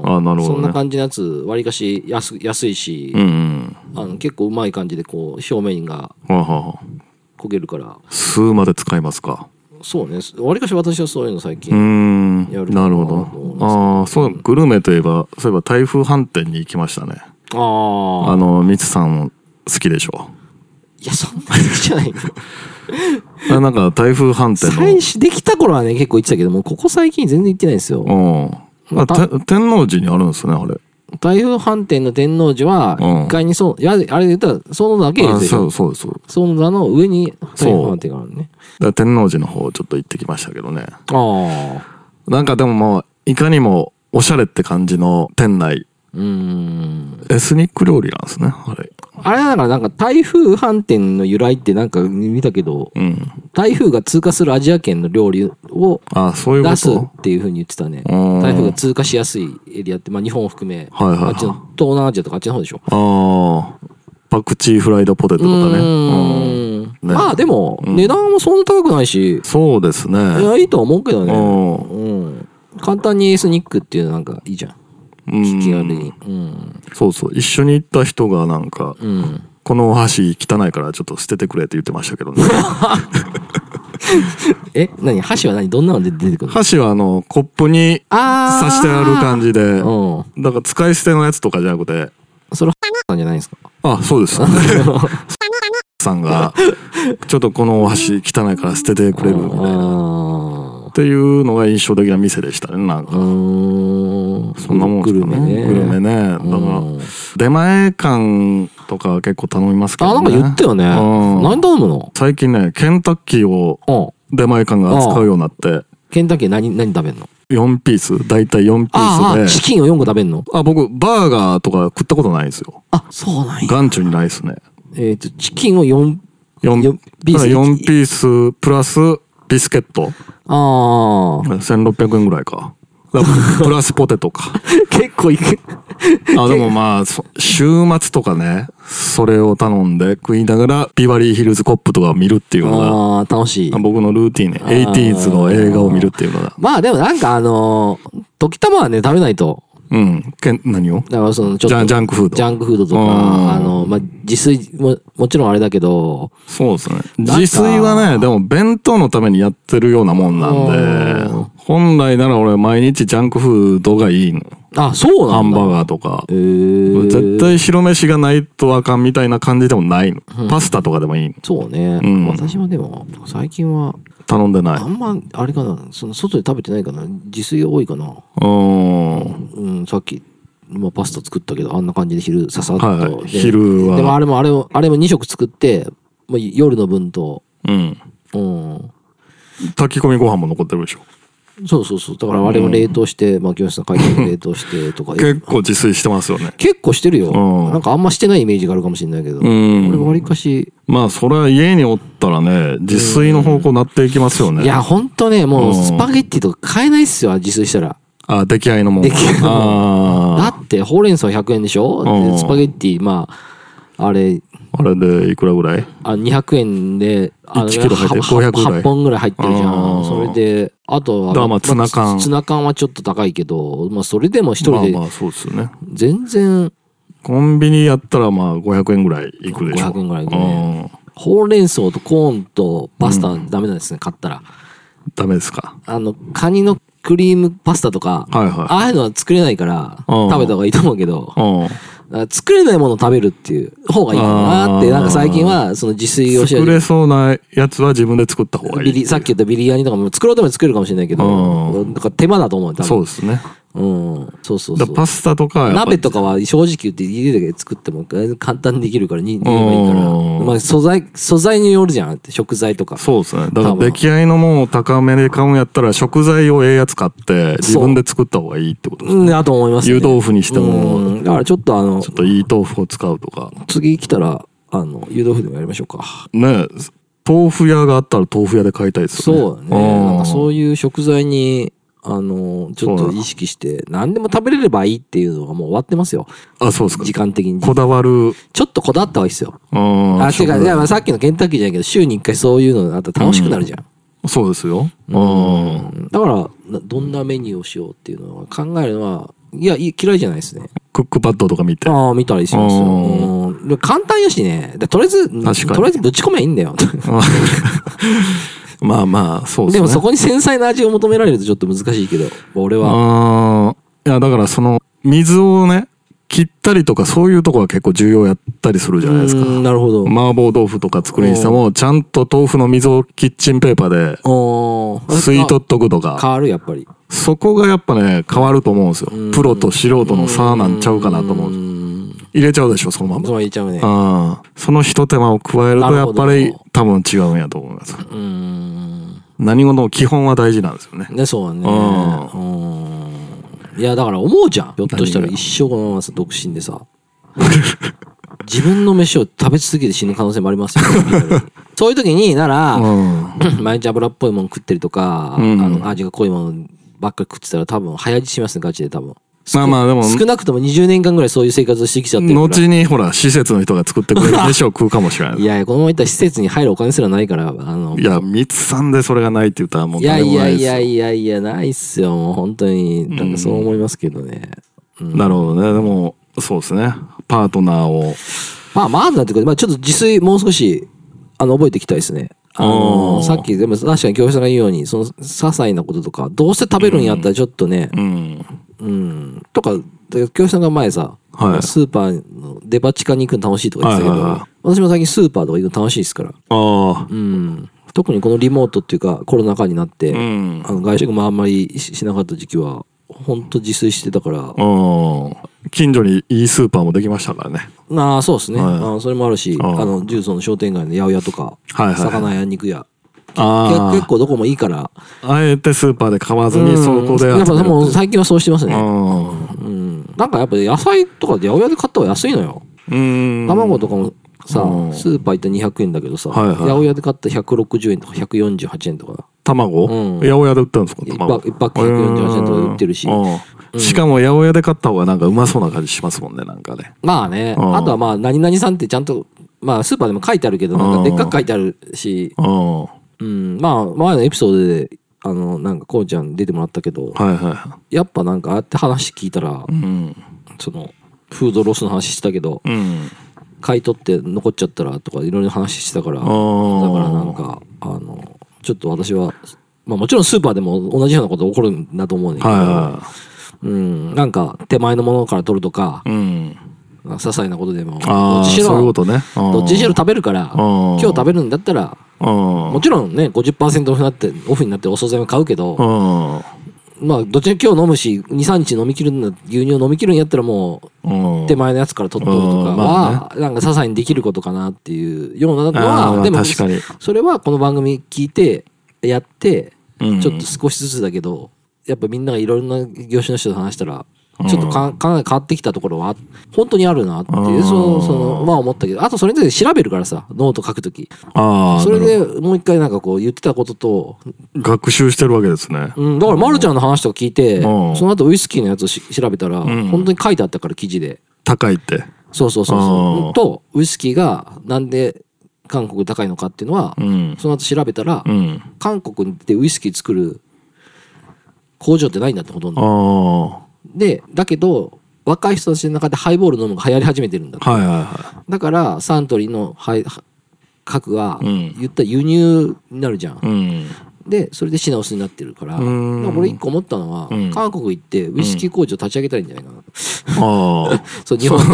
Speaker 2: あーなるほど
Speaker 1: そ
Speaker 2: ね
Speaker 1: んな感じのやつ、わりかし安安いし
Speaker 2: う、ん
Speaker 1: あの結構うまい感じで、こう、表面が
Speaker 2: うん。はあはあ
Speaker 1: 焦げるから、
Speaker 2: 酢まで使いますか。
Speaker 1: そうね。わりかし私はそういうの最
Speaker 2: うー
Speaker 1: 近。
Speaker 2: ん。
Speaker 1: やる
Speaker 2: なるほ
Speaker 1: かなと思い
Speaker 2: ど。
Speaker 1: ます
Speaker 2: ああー、そう、グルメといえば、そういえば台風飯店に行きましたね。
Speaker 1: ああ。
Speaker 2: あの、ミツさん好きでしょ。
Speaker 1: いや、そんな好きじゃない けど。
Speaker 2: あなんか台風飯店
Speaker 1: 最初、できた頃はね、結構行ってたけども、ここ最近全然行ってないんですよ。
Speaker 2: の。うん。あ、て天王寺にあるんですね、あれ。
Speaker 1: 台風飯店の天王寺は、
Speaker 2: うん
Speaker 1: 1階にそう、いや、あれで言ったら、そのだけいる
Speaker 2: あ
Speaker 1: でし
Speaker 2: そう
Speaker 1: ょ。
Speaker 2: そうそう。
Speaker 1: その座の上に台風飯店があるのね。
Speaker 2: だから天王寺の方ちょっと行ってきましたけどね。
Speaker 1: ああ。
Speaker 2: なんかでももう、いかにもおしゃれって感じの店内。
Speaker 1: うーん。
Speaker 2: エスニック料理なんですね、あれ。
Speaker 1: あれだからなんか台風飯店の由来ってなんか見たけど、
Speaker 2: うん。
Speaker 1: 台風が通過するアジア圏の料理を
Speaker 2: あ、そういうこ
Speaker 1: 出すっ
Speaker 2: と
Speaker 1: ていうふうに言ってたね。
Speaker 2: うん
Speaker 1: 台風が通過しやすいエリアって、まあ日本を含め、
Speaker 2: はいはいはい
Speaker 1: あっちの東南アジアとかあっちの方でしょ。
Speaker 2: ああ。パクチーフライドポテトとかね。うん
Speaker 1: うーん
Speaker 2: ね
Speaker 1: まあでも、
Speaker 2: うん
Speaker 1: 値段もそんな高くないし、
Speaker 2: そうですね。
Speaker 1: いや、いいとは思うけど
Speaker 2: う
Speaker 1: ね。
Speaker 2: ん。
Speaker 1: うん。簡単にエスニックっていうのなんかいいじゃん。
Speaker 2: うん
Speaker 1: 気軽に。うん。
Speaker 2: そうそう。一緒に行った人がなんか、
Speaker 1: うん。
Speaker 2: このお箸汚いからちょっと捨ててくれって言ってましたけ どね。
Speaker 1: え、何箸は何どんなので出てくるの
Speaker 2: 箸はあの、コップに
Speaker 1: あ
Speaker 2: 刺してある感じで、
Speaker 1: うん。
Speaker 2: だから使い捨てのやつとかじゃなくて、
Speaker 1: それ、なんじゃないんですか
Speaker 2: あ、そうです。さんが、ちょっとこのお箸汚いから捨ててくれるみたいな。
Speaker 1: あ
Speaker 2: っていうのが印象的な店でしたね、なん
Speaker 1: あ。う
Speaker 2: か。
Speaker 1: ーん。
Speaker 2: そんなもんで
Speaker 1: グル
Speaker 2: すか
Speaker 1: メ
Speaker 2: ね。
Speaker 1: ね。
Speaker 2: グルメね。だか
Speaker 1: うん
Speaker 2: ら、出前館とか結構頼みますけ
Speaker 1: あ、な
Speaker 2: ど
Speaker 1: ん
Speaker 2: ね。
Speaker 1: か言ったよね。
Speaker 2: うん
Speaker 1: 何頼むの
Speaker 2: 最近ね、ケンタッキーを
Speaker 1: うん。
Speaker 2: 出前館が扱うようになって、
Speaker 1: ケンタッキー何、何食べんの
Speaker 2: 4ピース、だいたい4ピ
Speaker 1: ああ、
Speaker 2: ー
Speaker 1: チ
Speaker 2: スで、
Speaker 1: キンを4個食べんの
Speaker 2: あ僕、バーガーとか食ったことないんですよ。
Speaker 1: あ、そうなんや。
Speaker 2: 眼中にないですね。
Speaker 1: えっと、チキンを4、
Speaker 2: 4
Speaker 1: よピ
Speaker 2: ピー
Speaker 1: ー
Speaker 2: ス。
Speaker 1: ス
Speaker 2: 4ピースプラスビスケット。
Speaker 1: あ あ。
Speaker 2: 1600円ぐらいか。だからプラスポテト か。
Speaker 1: 結構いく。
Speaker 2: あでもまあ、そ週末とかね、それを頼んで食いながら、ビバリーヒルズコップとかを見るっていうのが、
Speaker 1: ああ、楽しい。
Speaker 2: 僕のルーティンね、
Speaker 1: あー
Speaker 2: 80s の映画を見るっていうのが、
Speaker 1: まあでもなんかあのー、時たまはね、食べないと。
Speaker 2: うん、けん何を
Speaker 1: だからその、ちょっ
Speaker 2: ジャ
Speaker 1: と。
Speaker 2: ンジャンクフード
Speaker 1: ジャンクフードと
Speaker 2: うん
Speaker 1: か、あの、まあ、自炊も、もちろんあれだけど、
Speaker 2: そうですね。
Speaker 1: なんか
Speaker 2: 自炊はね、でも弁当のためにやってるようなもんなん
Speaker 1: う
Speaker 2: で
Speaker 1: ん、
Speaker 2: 本来なら俺毎日ジャンクフードがいいの。
Speaker 1: あ、そう
Speaker 2: ハ
Speaker 1: なん
Speaker 2: ン
Speaker 1: だ。
Speaker 2: バーガーとか
Speaker 1: え。ー、
Speaker 2: 絶対白飯がないとあかんみたいな感じでもないの。パスタとかでもいいの。
Speaker 1: そうね、
Speaker 2: うん
Speaker 1: 私もでも、最近は、
Speaker 2: 頼んでない
Speaker 1: あ。んま、あれかな、その、外で食べてないかな、自炊が多いかな。
Speaker 2: うん。
Speaker 1: うん、さっき、まあ、パスタ作ったけど、あんな感じで昼、ささっと。
Speaker 2: はいはい
Speaker 1: で
Speaker 2: 昼は
Speaker 1: でもあれも、あれも、あれも2食作って、まあ、夜の分と、
Speaker 2: うん。
Speaker 1: うん。
Speaker 2: 炊き込みご飯も残ってるでしょ。
Speaker 1: そうそうそう。だから、あれも冷凍して、まあ、教室の会議も冷凍してとか。
Speaker 2: 結構自炊してますよね。
Speaker 1: 結構してるよ。
Speaker 2: うん
Speaker 1: なんかあんましてないイメージがあるかもしれないけど。
Speaker 2: う
Speaker 1: 俺
Speaker 2: ん。
Speaker 1: わりかし、
Speaker 2: まあ、それは家におったらね、自炊の方向になっていきますよね。
Speaker 1: いや、ほんとね、もう
Speaker 2: うん
Speaker 1: スパゲッティとか買えないっすよ、自炊したら。
Speaker 2: あ、出来合いのもん。
Speaker 1: 出来合いのもんだ
Speaker 2: あ
Speaker 1: って、ほうれん草100円でしょ
Speaker 2: うん
Speaker 1: でスパゲッティ、まあ、あれ、
Speaker 2: あ。あれでいくらぐらい
Speaker 1: あ200円で、あの
Speaker 2: 1キロ入って500ぐらい
Speaker 1: 8本ぐらい入ってるじゃ
Speaker 2: あー
Speaker 1: ん。それで、あとは、
Speaker 2: だからまあツナ缶
Speaker 1: まあツツナ缶はちょっと高いけど、まあ、それでも一
Speaker 2: ま
Speaker 1: 人
Speaker 2: あ
Speaker 1: で
Speaker 2: まあ、そうですよね。
Speaker 1: 全然
Speaker 2: コンビニやったらまあ500円ぐらいいくでしょ。
Speaker 1: 500円ぐらいいくねほうれん草とコーンとパスタはダメなんですね、買ったら。
Speaker 2: うん。ダメですか。
Speaker 1: あの、カニのクリームパスタとか、
Speaker 2: はいは
Speaker 1: ああいうのは作れないから、
Speaker 2: うん
Speaker 1: 食べた方がいいと思うけど
Speaker 2: い。、うん。
Speaker 1: あ作れないものを食べるっていう方がいいかなっ
Speaker 2: あー
Speaker 1: て、なんか最近は、その自炊をし
Speaker 2: 作れそうなやつは自分で作った方がいい。
Speaker 1: ビリさっき言ったビリヤニとかも作ろうとも作れるかもしれないけ
Speaker 2: う
Speaker 1: ど、だから手間だと思うよ、多分。
Speaker 2: そうですね。
Speaker 1: うん。そうそう
Speaker 2: だ
Speaker 1: そ
Speaker 2: から
Speaker 1: う。
Speaker 2: パスタとか、
Speaker 1: 鍋とかは正直言って家で作っても簡単にできるからに煮ればいいから
Speaker 2: うん
Speaker 1: まあ素材素材によるじゃんって食材とか
Speaker 2: そうですね。だから
Speaker 1: 多分
Speaker 2: 出来合いのものを高めで買うんやったら食材をええやつ買って自分で作った方がいいってことです
Speaker 1: う
Speaker 2: ね。
Speaker 1: んだと思いますね
Speaker 2: 湯豆腐にしても
Speaker 1: うんだからちょっとあの
Speaker 2: ちょっといい豆腐を使うとか。
Speaker 1: 次来たらあの湯豆腐でもやりましょうか
Speaker 2: ね豆腐屋があったら豆腐屋で買いたいです
Speaker 1: そ
Speaker 2: よ
Speaker 1: う
Speaker 2: ね。
Speaker 1: だね。なんかそう
Speaker 2: い
Speaker 1: いう食材に、あの、ちょっ
Speaker 2: そう
Speaker 1: と
Speaker 2: だな
Speaker 1: 意識して、何でも食べれればいいっていうのがもう終わってますよ。
Speaker 2: うん。あ、そうですか
Speaker 1: 時。間的に。
Speaker 2: こだわる。
Speaker 1: ちょっとこだわった方がいいですよ。
Speaker 2: うん
Speaker 1: あ、てか、いやまあさっきのケンタッキーじゃないけど、週に一回そういうのだったら楽しくなるじゃん。
Speaker 2: そうですよ。うん。
Speaker 1: だからな、どんなメニューをしようっていうのは考えるのは、いや、いい嫌いじゃないですね。
Speaker 2: クックパッドとか見て。
Speaker 1: ああ、見たりしますよ。
Speaker 2: うん
Speaker 1: うんでも簡単やしね。でとりあえず、とり
Speaker 2: かに
Speaker 1: あえずぶち込めばいいんだよ。
Speaker 2: まあまあ、そうですね。
Speaker 1: でもそこに繊細な味を求められるとちょっと難しいけど、俺は。
Speaker 2: あーいやだからその水をね切ったりとかそういうとこは結構重要やったりするじゃないですか
Speaker 1: うんなるほど。
Speaker 2: 麻婆豆腐とか作るにしてもちゃんと豆腐の水をキッチンペーパーで
Speaker 1: おー
Speaker 2: 吸い取っとくとか
Speaker 1: 変わるやっぱり
Speaker 2: そこがやっぱね変わると思うんですよ
Speaker 1: うん
Speaker 2: プロと素人の差なんちゃうかなと思うんです
Speaker 1: ん
Speaker 2: 入れちゃうでしょそのま
Speaker 1: そ
Speaker 2: ま
Speaker 1: う言っちゃうね
Speaker 2: あーそのひと手間を加えるとやっぱ
Speaker 1: なる
Speaker 2: り
Speaker 1: ほど
Speaker 2: 多分違うんやと思います
Speaker 1: うん
Speaker 2: 何事も基本は大事なんですよね
Speaker 1: ねそうだね
Speaker 2: う
Speaker 1: うんいやだから思うじゃんひょっとしたら
Speaker 2: 何が
Speaker 1: 一生このままさ独身でさ 自分の飯を食べ続けて死ぬ可能性もありますよ そういう時になら、
Speaker 2: うん
Speaker 1: 毎日油っぽいもの食ってるとか、
Speaker 2: うん
Speaker 1: あの味が濃いものばっかり食ってたら多分早死しますねガチで多分
Speaker 2: まあまあでも
Speaker 1: 少なくとも20年間ぐらいそういう生活をしてきちゃってるから
Speaker 2: 後にほら施設の人が作ってくれる飯を食うかもしれない
Speaker 1: いやいや、このままいったら施設に入るお金すらないから、あの、
Speaker 2: いや、三つさんでそれがないって言ったらもう
Speaker 1: いや
Speaker 2: 誰
Speaker 1: い
Speaker 2: もな
Speaker 1: や
Speaker 2: いで
Speaker 1: い
Speaker 2: すよ。
Speaker 1: やいやいや、ないっすよ、もう本当に。なんかそう思いますけどね。うん
Speaker 2: なるほどね。でも、そうですね。パートナーを。
Speaker 1: まあ、まあ、なんていうか、まあちょっと自炊もう少し、あの、覚えていきたいですね。あ
Speaker 2: おー
Speaker 1: の、さっき、でも確かに教授さんが言うように、その、些細なこととか、どうして食べるんやったらちょっとね、
Speaker 2: うん。
Speaker 1: うん、とか、だから京師さんが前さ、
Speaker 2: はい
Speaker 1: スーパーのデパ地下に行くの楽しいとか言ってたけど、
Speaker 2: はいはいは
Speaker 1: 私も最近スーパーとか行くの楽しいですから。
Speaker 2: ああ。
Speaker 1: うん。特にこのリモートっていうかコロナ禍になって、
Speaker 2: うん。
Speaker 1: あの外食もあんまりししなかった時期は、ほんと自炊してたから、
Speaker 2: うん。近所にいいスーパーもできましたからね。
Speaker 1: まあそうですね、
Speaker 2: はい
Speaker 1: あのそれもあるし、
Speaker 2: あ
Speaker 1: あ
Speaker 2: あ
Speaker 1: の、重曹の商店街の八百屋とか、
Speaker 2: はいはいはい
Speaker 1: 魚や肉屋。
Speaker 2: ああ。
Speaker 1: 結構どこもいいから。
Speaker 2: あえてスーパーで買わず
Speaker 1: う
Speaker 2: に、
Speaker 1: ん
Speaker 2: そこで集め
Speaker 1: や
Speaker 2: る
Speaker 1: っ
Speaker 2: って
Speaker 1: ぱ
Speaker 2: いう。
Speaker 1: でも最近はそうしてますね。
Speaker 2: う
Speaker 1: うん。なんかやっぱ野菜とかで八百屋で買った方が安いのよ。
Speaker 2: ん。うん。
Speaker 1: 卵とかもさ、
Speaker 2: うん
Speaker 1: スーパー行ったら200円だけどさ、
Speaker 2: はいはい
Speaker 1: 八百屋で買ったら160円とか148円とか。
Speaker 2: 卵
Speaker 1: うん
Speaker 2: 八百屋で売ったんですか
Speaker 1: 一パ一パック148円とかで売ってるし
Speaker 2: うんうんしかも八百屋で買った方がなんかうまそうな感じしますもんね、なんかね。
Speaker 1: まあね、
Speaker 2: うん
Speaker 1: あとはまあ、何々さんってちゃんと、まあスーパーでも書いてあるけど、なんかでっかく書いてあるし、
Speaker 2: うん。は
Speaker 1: うん、まあ前のエピソードで、あの、なんかこうちゃん出てもらったけど
Speaker 2: い、は
Speaker 1: やっぱなんかああやって話聞いたら
Speaker 2: い。う、ん。
Speaker 1: その、フードロスの話してたけど、
Speaker 2: うん。
Speaker 1: 買い取って残っちゃったらとかいろいろ話してたから、だ
Speaker 2: あ
Speaker 1: か
Speaker 2: ー
Speaker 1: らなんか、あの、ちょっと私は、まあもちろんスーパーでも同じようなこと起こるんだと思うねんだけど、
Speaker 2: は
Speaker 1: うん、なんか手前のものから取るとか
Speaker 2: いはい。、うん。
Speaker 1: 些細なことでも、ど
Speaker 2: あ
Speaker 1: っ
Speaker 2: あ、
Speaker 1: ちしろ
Speaker 2: そういうことね。
Speaker 1: どっちにしろ
Speaker 2: ろ
Speaker 1: 食べるから、
Speaker 2: 今
Speaker 1: 今日食べるんだったら、
Speaker 2: うん。
Speaker 1: もちろんね、50%オフになって、オフになってお惣菜も買うけど、まあ、どっちに今日飲むし、2、3日飲み切るんだ、牛乳飲み切るんやったらも
Speaker 2: うん。う
Speaker 1: う、
Speaker 2: ん。
Speaker 1: 手前のやつから取っとくとか
Speaker 2: うんま
Speaker 1: は、なんか些細にできることかなっていうようなの
Speaker 2: あ
Speaker 1: は、
Speaker 2: あ
Speaker 1: でも、
Speaker 2: 確かに。
Speaker 1: それはこの番組聞いて、やって、
Speaker 2: うん
Speaker 1: ちょっと少しずつだけど、やっぱみんながいろんな業種の人と話したら、ちょっとか考え変わってきたところは、本当にあるなっていうう、
Speaker 2: ん
Speaker 1: その、その、まあ思ったけど、あとそれについて調べるからさ、ノート書くとき。
Speaker 2: ああ、
Speaker 1: それ
Speaker 2: なる
Speaker 1: でもう一回なんかこう言ってたことと、
Speaker 2: ほど学習してるわけですね。
Speaker 1: うん、だからまるちゃんの話とか聞いて、
Speaker 2: うん
Speaker 1: その後ウイスキーのやつをし調べたら、
Speaker 2: ん
Speaker 1: 本当に書いてあったから記事で。
Speaker 2: 高いって。
Speaker 1: そうそうそう
Speaker 2: う
Speaker 1: そ
Speaker 2: ん
Speaker 1: う。と、ウイスキーがなんで韓国高いのかっていうのは、
Speaker 2: うん。
Speaker 1: その後調べたら、
Speaker 2: うん。
Speaker 1: 韓国でウイスキー作る工場ってないんだってほとん
Speaker 2: あ
Speaker 1: ど。
Speaker 2: あ。は
Speaker 1: で、だけど、若い人たちの中でハイボール飲むのが流行り始めてるんだって
Speaker 2: いはいは
Speaker 1: だから、サントリーのハイ核が、
Speaker 2: うん
Speaker 1: 言ったら輸入になるじゃん
Speaker 2: い。。うん。
Speaker 1: でそれで品薄になってるからだ
Speaker 2: う
Speaker 1: か
Speaker 2: ん
Speaker 1: ら俺一個思ったのは、
Speaker 2: うん
Speaker 1: 韓国行ってウイスキー工場立ち上げたらいいんじゃないかな、
Speaker 2: ああ。
Speaker 1: そう日本で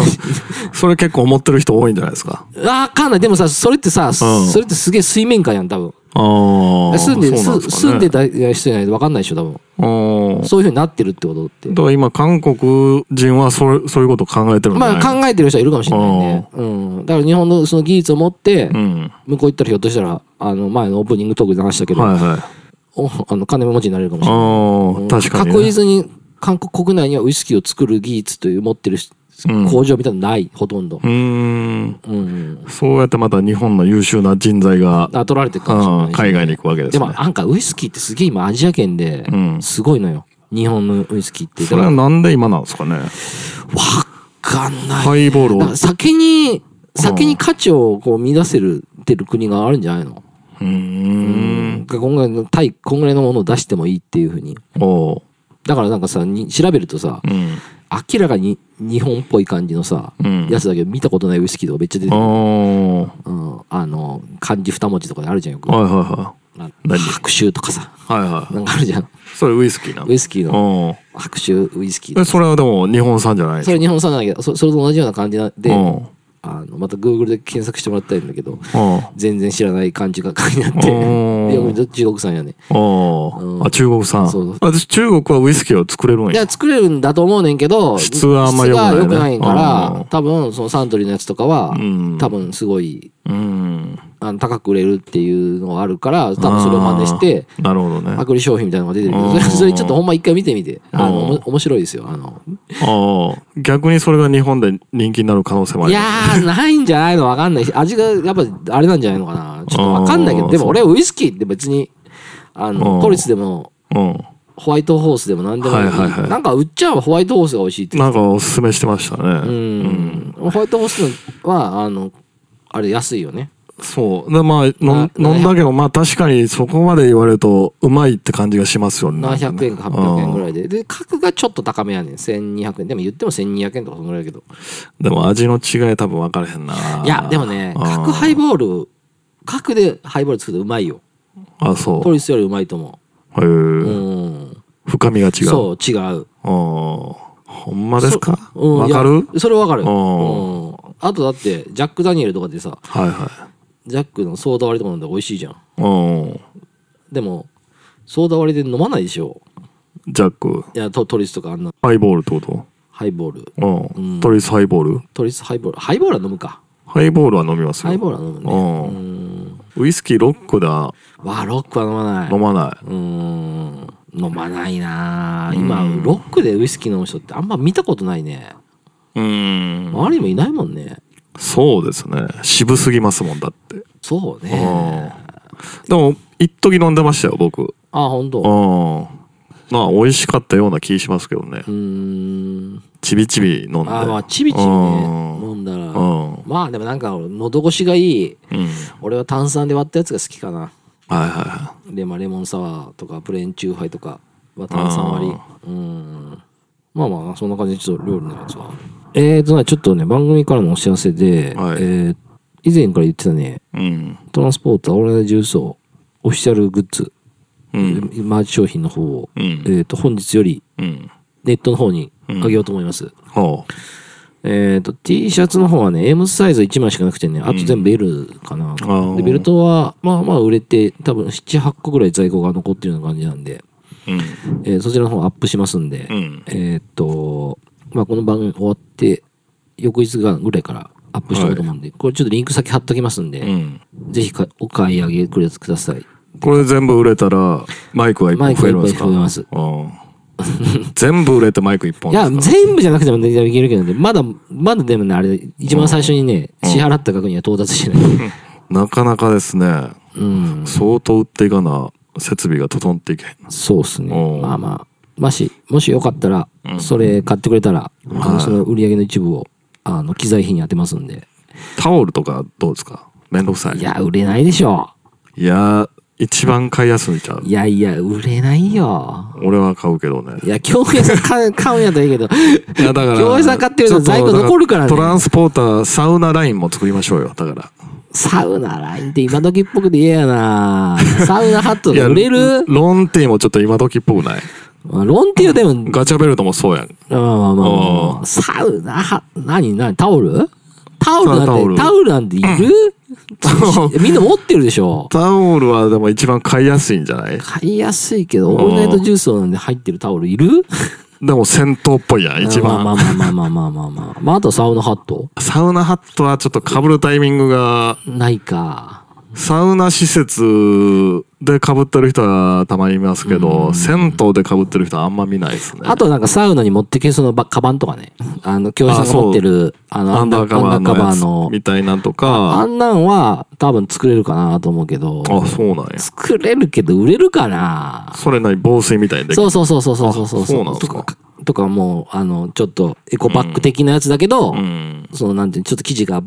Speaker 2: それ結構思ってる人多いんじゃないですか。
Speaker 1: あーかんないでもさそれってさ、それってすげえ水面下やん多分
Speaker 2: ああ。
Speaker 1: 住んで
Speaker 2: そうなん
Speaker 1: す
Speaker 2: す
Speaker 1: 住
Speaker 2: かね
Speaker 1: んでた人じゃないと分かんないでしょ多分
Speaker 2: うん
Speaker 1: そういうふうになってるってことって
Speaker 2: だから今、韓国人はそれ、そういうことを考えてるんじゃない
Speaker 1: まあ考えてる人はいるかもしれないね、うん、だから日本のその技術を持って、
Speaker 2: うん。
Speaker 1: 向こう行ったらひょっとしたらあの前のオープニングトークで話したけど、
Speaker 2: はいはい。
Speaker 1: おあの金持ちになれるかもしれない
Speaker 2: ああ、確かに、ね。
Speaker 1: 確実に韓国国内にはウイスキーを作る技術という持ってるし
Speaker 2: うん
Speaker 1: 工場みたいなのない、ほとんど
Speaker 2: う。ーん。
Speaker 1: うん。
Speaker 2: そうやってまた日本の優秀な人材が、
Speaker 1: あ取られてるかもしれな
Speaker 2: う
Speaker 1: い
Speaker 2: ん
Speaker 1: し
Speaker 2: 海外に行くわけで
Speaker 1: です
Speaker 2: ね。
Speaker 1: も、なんかウイスキーってすげえ今アジア圏で
Speaker 2: うん、
Speaker 1: すごいのよ。日本のウイスキーって。
Speaker 2: そ
Speaker 1: だ
Speaker 2: れ
Speaker 1: から、
Speaker 2: は
Speaker 1: わ
Speaker 2: なんで今なんですかね。
Speaker 1: かんない。
Speaker 2: ハイボール
Speaker 1: だから
Speaker 2: を。
Speaker 1: 先に、先に価値をこう見出せる、てる国があるんじゃないの
Speaker 2: うーん。
Speaker 1: がこんぐらいの、タイ、こんぐらいのものを出してもいいっていうふうに。
Speaker 2: おう。
Speaker 1: だからなんかさ、に調べるとさ、
Speaker 2: うん。
Speaker 1: 明らかに日本っぽい感じのさ、
Speaker 2: うん。
Speaker 1: やつだけど見たことないウイスキーとかめっちゃ出て
Speaker 2: あ
Speaker 1: くる。
Speaker 2: あ。
Speaker 1: うん、あの漢字二文字とかであるじゃんよく
Speaker 2: はいは
Speaker 1: なん
Speaker 2: 何
Speaker 1: 白州とかさ
Speaker 2: いはい。はいは
Speaker 1: なんかあるじゃん
Speaker 2: い。それウイスキーなの
Speaker 1: ウイスキーの
Speaker 2: の。
Speaker 1: 白州ウイスキ
Speaker 2: え
Speaker 1: ー
Speaker 2: それはでも日本産じゃない
Speaker 1: それ日本産なんだけどそそれと同じような感じなで
Speaker 2: うん。
Speaker 1: あのまた Google で検索してもらったらいいんだけど
Speaker 2: うん。
Speaker 1: 全然知らない漢字が書いてあって
Speaker 2: おー
Speaker 1: いやこれ中国産やね
Speaker 2: あ
Speaker 1: ん
Speaker 2: あ。あ、中国産。
Speaker 1: そう
Speaker 2: あ私中国はウイスキーを作れるん
Speaker 1: い
Speaker 2: や。
Speaker 1: や作れるんだと思うねんけど
Speaker 2: 質はあんま良くない
Speaker 1: 質
Speaker 2: ね
Speaker 1: が良くないか
Speaker 2: うん
Speaker 1: ら多分そのサントリーのやつとかは
Speaker 2: うん
Speaker 1: 多分すごい
Speaker 2: うん。
Speaker 1: あの高く売れるっていうのがあるから多分それを真似して
Speaker 2: あー。なるほどね。
Speaker 1: パ
Speaker 2: あ
Speaker 1: クリ商品みたいなのが出てるけど、
Speaker 2: う
Speaker 1: そ
Speaker 2: ん
Speaker 1: れそれちょっとほんま一回見てみて。あの、
Speaker 2: うん
Speaker 1: おも面白いですよ。あの、
Speaker 2: あ。逆にそれが日本で人気になる可能性もあ
Speaker 1: い
Speaker 2: る。
Speaker 1: やー、ないんじゃないのわかんないし、味がやっぱあれなんじゃないのかな。ちょっとわかんないけど、
Speaker 2: うん
Speaker 1: でも俺ウイスキーって別に、あ
Speaker 2: うん
Speaker 1: の、トリスでも、
Speaker 2: うん。
Speaker 1: ホワイトホースでも何でもいい。
Speaker 2: はいはいはい
Speaker 1: なんか売っちゃうはホワイトホースが美味しいって。
Speaker 2: なんかおすすめしてましたね。
Speaker 1: うん。ホワイトホースは、あの、あれ安いよね。
Speaker 2: そう。で、まあ、飲ん
Speaker 1: な
Speaker 2: 飲んだけど、まあ確かにそこまで言われると、うまいって感じがしますよね。
Speaker 1: 700円か800円ぐら
Speaker 2: い。
Speaker 1: いで。で、角がちょっと高めやねん。1200円。でも言っても1200円とかそのぐらいだけど。
Speaker 2: でも味の違い多分分からへんな。
Speaker 1: いや、でもね、
Speaker 2: あー
Speaker 1: 角ハイボール、角でハイボール作るとうまいよ。
Speaker 2: あ、そ
Speaker 1: トリスよりうまいと思
Speaker 2: う。へ
Speaker 1: う。
Speaker 2: え。
Speaker 1: うん。
Speaker 2: 深みが違う。
Speaker 1: そう、違う。
Speaker 2: あーほんまですか
Speaker 1: そうん
Speaker 2: わかる
Speaker 1: いやそれわかる。う
Speaker 2: お
Speaker 1: ん。あとだって、ジャック・ダニエルとかでさ、
Speaker 2: はいは
Speaker 1: ジャックのソーダ割りとか飲んで美味しいじゃん。
Speaker 2: い。うん。
Speaker 1: でも、ソーダ割りで飲まないでしょ。
Speaker 2: ジャック、
Speaker 1: いや、トトリスとかあんな
Speaker 2: ハイボールってこと
Speaker 1: ハイボール。
Speaker 2: うん。とりあえずハイボール
Speaker 1: トリスハイボール。ハイボールは飲むか。
Speaker 2: ハイボールは飲みますよ。
Speaker 1: ハイボールは飲むね。
Speaker 2: うん。ウイスキーロックだ、
Speaker 1: わあ、ロックは飲まない。
Speaker 2: 飲まな
Speaker 1: うーん。飲まないなあ今、ロックでウイスキー飲む人ってあんま見たことないね。
Speaker 2: い。うん。
Speaker 1: 周りにもいないもんね。
Speaker 2: そうですね。渋すぎますもんだって。
Speaker 1: そう
Speaker 2: う
Speaker 1: ね。
Speaker 2: ん。でも、一時飲んでましたよ、僕。
Speaker 1: あ、本当。う
Speaker 2: う。
Speaker 1: ん
Speaker 2: まあ、美味しかったような気しますけどね。
Speaker 1: ーん。
Speaker 2: ちびちび飲んで。
Speaker 1: あ、まあ、ちびちびね、
Speaker 2: うん
Speaker 1: 飲んだら
Speaker 2: う。ん。うん。
Speaker 1: まあ、でもなんか、喉越しがいい。俺は炭酸で割ったやつが好きかな。
Speaker 2: はいはいは
Speaker 1: で、まあ、レモンサワーとか、プレーンチューハイとかは炭酸割り。うん。まあまあ、そんな感じで、ちょっと料理のやつは。えーとね、ちょっとね、番組からのお知らせで、
Speaker 2: はい
Speaker 1: えー以前から言ってたね、
Speaker 2: い。うん。
Speaker 1: トランスポーター、オールナイト重曹、オフィシャルグッズ、
Speaker 2: うん。
Speaker 1: マーチ商品の方を、
Speaker 2: う
Speaker 1: え
Speaker 2: ん。
Speaker 1: ーと、本日より
Speaker 2: うん。
Speaker 1: ネットの方に上げようと思います。
Speaker 2: ほ
Speaker 1: えー、と T シャツの方はね M サイズ1枚しかなくてねあと全部 L かな、
Speaker 2: ー
Speaker 1: でベルトはまあまあ売れて多分78個ぐらい在庫が残ってるような感じなんで、
Speaker 2: う。うん。
Speaker 1: えーそちらの方アップしますんで、
Speaker 2: うん。
Speaker 1: えーっと、まあ、この番組終わって翌日がぐらいからアップしておこうと思うんで、これちょっとリンク先貼っときますんで、
Speaker 2: うん。
Speaker 1: ぜひかお買い上げくれください
Speaker 2: これ全部売れたら、マイクは一
Speaker 1: マ
Speaker 2: 本
Speaker 1: イク
Speaker 2: 増
Speaker 1: は
Speaker 2: え
Speaker 1: いっぱい
Speaker 2: るんですか
Speaker 1: 増えます
Speaker 2: うん。 全部売れてマイク一本
Speaker 1: い
Speaker 2: で
Speaker 1: や
Speaker 2: すか
Speaker 1: 全部じゃなくても全然いけるけどねまだまだでもねあれ一番最初にね、支払った額には到達して ない、
Speaker 2: なかなかですね、
Speaker 1: うん、
Speaker 2: 相当売っていかな、設備が整っていけへん。
Speaker 1: そうです
Speaker 2: お
Speaker 1: ね。
Speaker 2: う
Speaker 1: まあまあ。もし、もしよかったら、それ買ってくれたら、あのその売り上げの一部を、あの、機材費に当てますんで。
Speaker 2: タオルとかどうですかめんどくさい。
Speaker 1: いや、売れないでしょ。
Speaker 2: いやー、一番買いやすいちゃう
Speaker 1: い。やいや、売れないよ。
Speaker 2: 俺は買うけどね。
Speaker 1: いや、京平さん買う 買うんやったらいいけど、
Speaker 2: いやだから
Speaker 1: 京平さん買ってると在庫残るからね
Speaker 2: ちょっとだトランスポーター、サウナラインも作りましょうよ。だから。
Speaker 1: サウナラインって今時っぽくて嫌やなサウナハット
Speaker 2: い
Speaker 1: で
Speaker 2: や
Speaker 1: 売れる
Speaker 2: ロンティーもちょっと今時っぽくない
Speaker 1: まあロンっていうでも、
Speaker 2: ガチャベルトもそうやん。
Speaker 1: まあまあまあまあ
Speaker 2: お
Speaker 1: まあ、サウナハ何何タオルタオル
Speaker 2: タオ
Speaker 1: なん
Speaker 2: ル
Speaker 1: て、タオルなんている、みんな持ってるでしょ。
Speaker 2: タオルはでも一番買いやすいんじゃない
Speaker 1: 買いやすいけど、オールナイトジュースなんで入ってるタオルいる
Speaker 2: でも戦闘っぽいやん、一
Speaker 1: まあ
Speaker 2: 番。
Speaker 1: まあまあまあまあまあまあまあ。まあ、あとはサウナハット
Speaker 2: サウナハットはちょっと被るタイミングが、
Speaker 1: ないか。
Speaker 2: サウナ施設で被ってる人はたまにいますけど、銭湯で被ってる人はあんま見ないですね。
Speaker 1: あとなんかサウナに持ってけそのばカバンとかね。あの、教師さんが持ってる、あの、
Speaker 2: アンダーカ
Speaker 1: ア
Speaker 2: バー
Speaker 1: ンダー
Speaker 2: の
Speaker 1: カバー
Speaker 2: やつ
Speaker 1: の。
Speaker 2: みたいなんと
Speaker 1: あ
Speaker 2: か。
Speaker 1: んなんは多分作れるかなと思うけど。
Speaker 2: あ、そうなんや。
Speaker 1: 作れるけど売れるかな
Speaker 2: それなり防水みたいで。
Speaker 1: そうそうそうそうそうそうそう。
Speaker 2: あそうなんすか
Speaker 1: とか、とかもう、あの、ちょっとエコバッグ的なやつだけど、
Speaker 2: うん。
Speaker 1: そのなんていうのちょっと生地が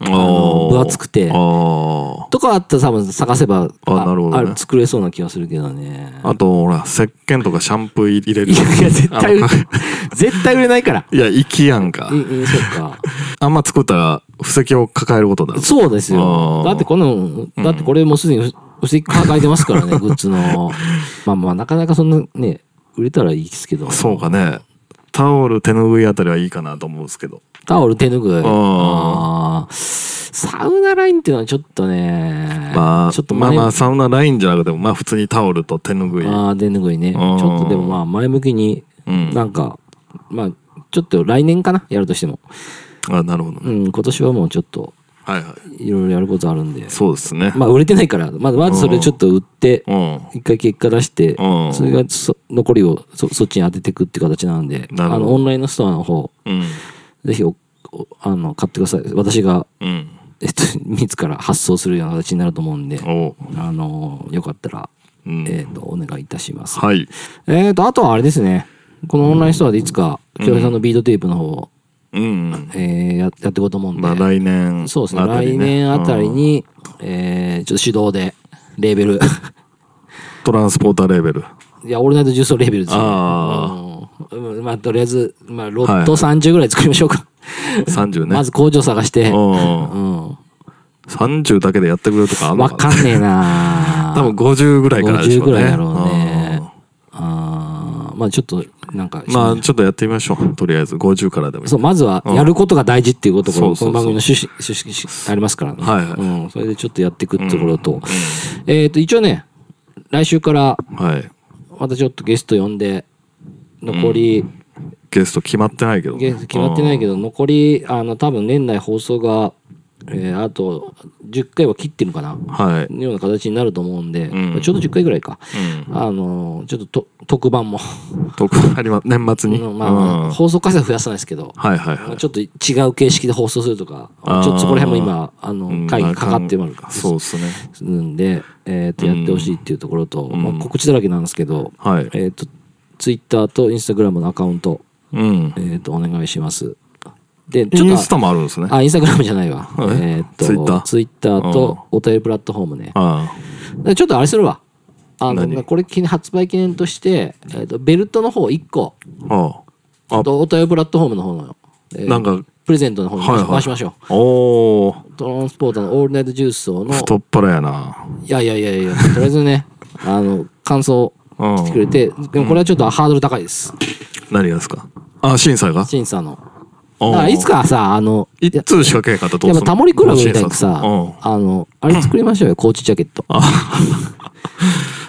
Speaker 2: あ
Speaker 1: あの
Speaker 2: ー
Speaker 1: 分厚くて
Speaker 2: あ。ー
Speaker 1: とかあったら多分探せば、
Speaker 2: あなるほどね
Speaker 1: あ作れそうな気がするけどね。
Speaker 2: あと、ほら、石鹸とかシャンプー入れる。
Speaker 1: いや、いや絶対売れ
Speaker 2: あの
Speaker 1: 絶対売れないから。
Speaker 2: いや、息やんか
Speaker 1: う。ん、うん、そうか。
Speaker 2: あんま作ったら、布石を抱えることだ
Speaker 1: そうですよ
Speaker 2: あ。ー
Speaker 1: だってこの、だってこれもうすでに薄い抱えてます からね、グッズの。まあまあ、なかなかそんなね、売れたらいいですけど。
Speaker 2: そうかね。タオル、手拭いあたりはいいかなと思うんですけど。
Speaker 1: タオル手ぬぐい。
Speaker 2: あー
Speaker 1: あーサウナラインっていうのはちょっとね、
Speaker 2: まあ、
Speaker 1: ちょっと
Speaker 2: ま
Speaker 1: 前
Speaker 2: あまあ、サウナラインじゃなくても、まあ普通にタオルと手拭い。
Speaker 1: ああ、手ぬぐいね。ち
Speaker 2: うん
Speaker 1: ょっとでもまあ、前向きに、
Speaker 2: うん
Speaker 1: なんか、まあ、ちょっと来年かな、やるとしても。
Speaker 2: あ、なるほどね。
Speaker 1: うん、今年はもうちょっと、
Speaker 2: はいはい。
Speaker 1: いろいろやることあるんで。
Speaker 2: そうですね。
Speaker 1: まあ、売れてないから、まず、まずそれちょっと売って、
Speaker 2: うん。
Speaker 1: 一回結果出して、
Speaker 2: うん
Speaker 1: それがそ残りをそそっちに当てていくって形なんで、
Speaker 2: な
Speaker 1: あ
Speaker 2: るほど
Speaker 1: の、オンラインのストアの方、
Speaker 2: うん。
Speaker 1: ぜひお、おあの、買ってください。私が、
Speaker 2: うん。
Speaker 1: えっと、 自ら発送するような形になると思うんで、
Speaker 2: おう。
Speaker 1: あの、よかったら、
Speaker 2: うん
Speaker 1: えっ、と、お願いいたします。
Speaker 2: はい。
Speaker 1: えっと、あとはあれですね、このオンラインストアでいつか、京平さんのビートテープの方を、
Speaker 2: うん。
Speaker 1: えーややっていこうと思うんで、
Speaker 2: まあ来年。
Speaker 1: そうですね、
Speaker 2: あたり
Speaker 1: 来年あたり。
Speaker 2: うん
Speaker 1: に、えーちょっと手動で、レーベル、
Speaker 2: トランスポーターレーベル。
Speaker 1: いや、オールナイト重曹レベルですよ、
Speaker 2: あ
Speaker 1: うんまあ、とりあえず、まあ、ロ
Speaker 2: はい
Speaker 1: ッ
Speaker 2: はい
Speaker 1: ト30ぐらい作りましょうか。
Speaker 2: 30ね。
Speaker 1: まず工場探して。
Speaker 2: う。
Speaker 1: うんん。
Speaker 2: 30だけでやってくれるとかあんの
Speaker 1: わ
Speaker 2: かな
Speaker 1: かんねえな
Speaker 2: 多分50ぐらいからでしょ
Speaker 1: 50
Speaker 2: うね。
Speaker 1: ぐらいだろうね。あーまあ、ちょっと、なんか、
Speaker 2: まあ、ちょっとやってみましょう。とりあえず、50からでもいい。
Speaker 1: そう、まずはやることが大事っていうところ、
Speaker 2: うん
Speaker 1: こ
Speaker 2: そ
Speaker 1: の
Speaker 2: うそうそう
Speaker 1: 番組の趣旨、趣旨しありますからね。
Speaker 2: はいはい
Speaker 1: うん。それでちょっとやっていくってところと。えっ、と、一応ね、来週から
Speaker 2: はい。
Speaker 1: またちょっとゲスト呼んで、残り、
Speaker 2: ゲスト決まってないけどね、
Speaker 1: ゲスト決まってないけ
Speaker 2: ど。
Speaker 1: ど、残り、あの、多分年内放送が、えーあと、10回は切ってるかな。
Speaker 2: はい。
Speaker 1: ような形になると思うんで、
Speaker 2: うん
Speaker 1: ちょうど10回ぐらいか。
Speaker 2: う
Speaker 1: あの、ちょっとと特番も、
Speaker 2: ん。特番あります。年末に。
Speaker 1: うん まあまあ、
Speaker 2: うん
Speaker 1: 放送回数は増やさないですけど、
Speaker 2: はいはい
Speaker 1: ま
Speaker 2: は
Speaker 1: あ
Speaker 2: い。
Speaker 1: ちょっと違う形式で放送するとか、ちょ
Speaker 2: あー
Speaker 1: っとそこら辺も今、あ
Speaker 2: うん
Speaker 1: の、会議かかってもある
Speaker 2: ま
Speaker 1: か
Speaker 2: あ
Speaker 1: ら、
Speaker 2: そうですね。
Speaker 1: んで、えっと、やってほしいっていうところと、
Speaker 2: うん
Speaker 1: まあ、告知だらけなんですけど、
Speaker 2: はい。
Speaker 1: えっと、ツイッターとインスタグラムのアカウント、
Speaker 2: うん
Speaker 1: え。っと、お願いします。で、ち
Speaker 2: イ
Speaker 1: ょっと、
Speaker 2: ンスタもあるんですね。
Speaker 1: あ、インスタグラムじゃないわ。
Speaker 2: え
Speaker 1: えっと、
Speaker 2: ツイッター
Speaker 1: ツイッターとお便りプラットフォームね。
Speaker 2: あ
Speaker 1: でちょっとあれするわ。あ
Speaker 2: 何
Speaker 1: の、これ記念発売記念として、えっと、ベルトの方1個、
Speaker 2: あ。ああ。あ
Speaker 1: とお便りプラットフォームの方の、えー
Speaker 2: なんか、
Speaker 1: プレゼントの方に回し,、
Speaker 2: はいはい
Speaker 1: ましょ
Speaker 2: おお
Speaker 1: う。トロンスポーターのオールナイトジュースをの、
Speaker 2: 太っ腹やな。
Speaker 1: いやいやいやいや、とりあえずね、 あの、感想
Speaker 2: うん
Speaker 1: 来てくれて、でもこれはちょっとハードル高いです。
Speaker 2: 何がですかあ、審査が
Speaker 1: 審査の。だ
Speaker 2: お
Speaker 1: か
Speaker 2: ー
Speaker 1: らいつかさ、あの、い
Speaker 2: 一通しかけへんかったらどう
Speaker 1: やっ
Speaker 2: す
Speaker 1: ぱ
Speaker 2: る
Speaker 1: タモリクラブみたいに
Speaker 2: 審査
Speaker 1: さ、
Speaker 2: うん
Speaker 1: あの、あれ作りましょうよ、コーチジャケット。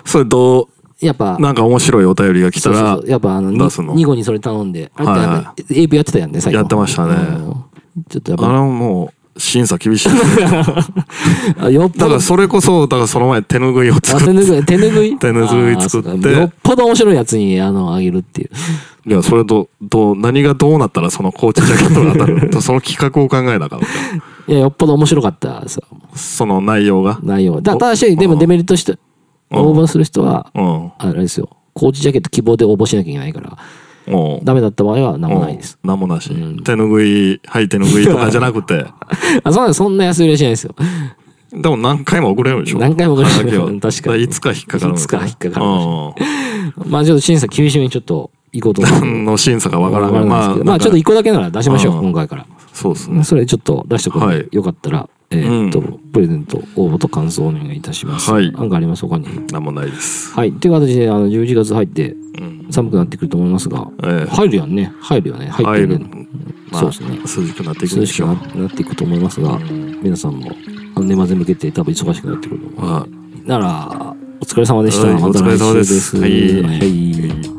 Speaker 2: それど
Speaker 1: やっぱ
Speaker 2: う、、なんか面白いお便りが来た
Speaker 1: そうそう
Speaker 2: ら
Speaker 1: そう、やっぱあの、
Speaker 2: 出すの
Speaker 1: 2号にそれ頼んで、あれってあの
Speaker 2: はいは
Speaker 1: AV やってたやんね、最後。
Speaker 2: やってましたね
Speaker 1: うんちょっとやっ
Speaker 2: あれ
Speaker 1: ぱ
Speaker 2: はもう審査厳しい。 だ、
Speaker 1: あよっぽ
Speaker 2: か
Speaker 1: ど
Speaker 2: ら、それこそ、だからその前手拭いを
Speaker 1: あ
Speaker 2: 作
Speaker 1: 手
Speaker 2: っ
Speaker 1: ぬ
Speaker 2: て。
Speaker 1: ぐい、手ぬぐい
Speaker 2: 手ぬぐい作って
Speaker 1: あーそうかよっぽど面白いやつに、あの、あげるっていう。
Speaker 2: いや、それと、どう、何がどうなったらそのコーチジャケットが当たるの その企画を考えなかっ
Speaker 1: いや、よっぽど面白かった、さ、
Speaker 2: た。その内容が。
Speaker 1: 内容は。だ、
Speaker 2: お
Speaker 1: ただし、で
Speaker 2: う
Speaker 1: も
Speaker 2: ん
Speaker 1: デメリットして、
Speaker 2: うん
Speaker 1: 応募する人は、
Speaker 2: うん。
Speaker 1: あれですよ、コーチジャケット希望で応募しなきゃいけないから、
Speaker 2: おう
Speaker 1: ダメだった場合は何もないです。
Speaker 2: おう何もなし。
Speaker 1: うん
Speaker 2: 手拭い、はい手拭いとかじゃなく て。
Speaker 1: あ、そんな、そんな安売りはしないですよ。
Speaker 2: でも何回も送れるでしょ
Speaker 1: 何回も送れる
Speaker 2: はがきは
Speaker 1: うん確かに
Speaker 2: だらいつか引っかかるんですよね
Speaker 1: いつか引っかかる
Speaker 2: うん
Speaker 1: まあ、ちょっと審査厳しめにちょっと行こうと思う。
Speaker 2: 何の審査 がわから
Speaker 1: わ
Speaker 2: ない。
Speaker 1: ま
Speaker 2: ま
Speaker 1: あ、
Speaker 2: あ、
Speaker 1: まあ、ちょっと
Speaker 2: なん
Speaker 1: 1
Speaker 2: か
Speaker 1: 個だけなら出しましょう、
Speaker 2: うん
Speaker 1: 今回から。
Speaker 2: そうですね。
Speaker 1: それちょっと出してく
Speaker 2: は
Speaker 1: れ
Speaker 2: い
Speaker 1: よかったら、えーっと、
Speaker 2: うん
Speaker 1: プレゼント、応募と感想をお願いいたします。
Speaker 2: はい
Speaker 1: なんかあります他に。
Speaker 2: 何もないです。
Speaker 1: はい。という形で、あの、11月入って
Speaker 2: うん。
Speaker 1: 寒くなってくると思いますが、
Speaker 2: ええ
Speaker 1: 入るやんね。入るよね。入っ
Speaker 2: 入
Speaker 1: てる
Speaker 2: る
Speaker 1: ね。。
Speaker 2: まあ
Speaker 1: そうですね
Speaker 2: 涼しくなっていく
Speaker 1: 涼
Speaker 2: で
Speaker 1: し
Speaker 2: し
Speaker 1: く
Speaker 2: ょ
Speaker 1: な
Speaker 2: う。
Speaker 1: なっていくと思います
Speaker 2: 啊
Speaker 1: が、皆さんも、あの、年末に向けて多分忙しくな
Speaker 2: 啊
Speaker 1: ってくると思う。
Speaker 2: まあ
Speaker 1: なら、お疲れ様でした。
Speaker 2: はい
Speaker 1: また来週です。
Speaker 2: お疲れ様ですはい
Speaker 1: はい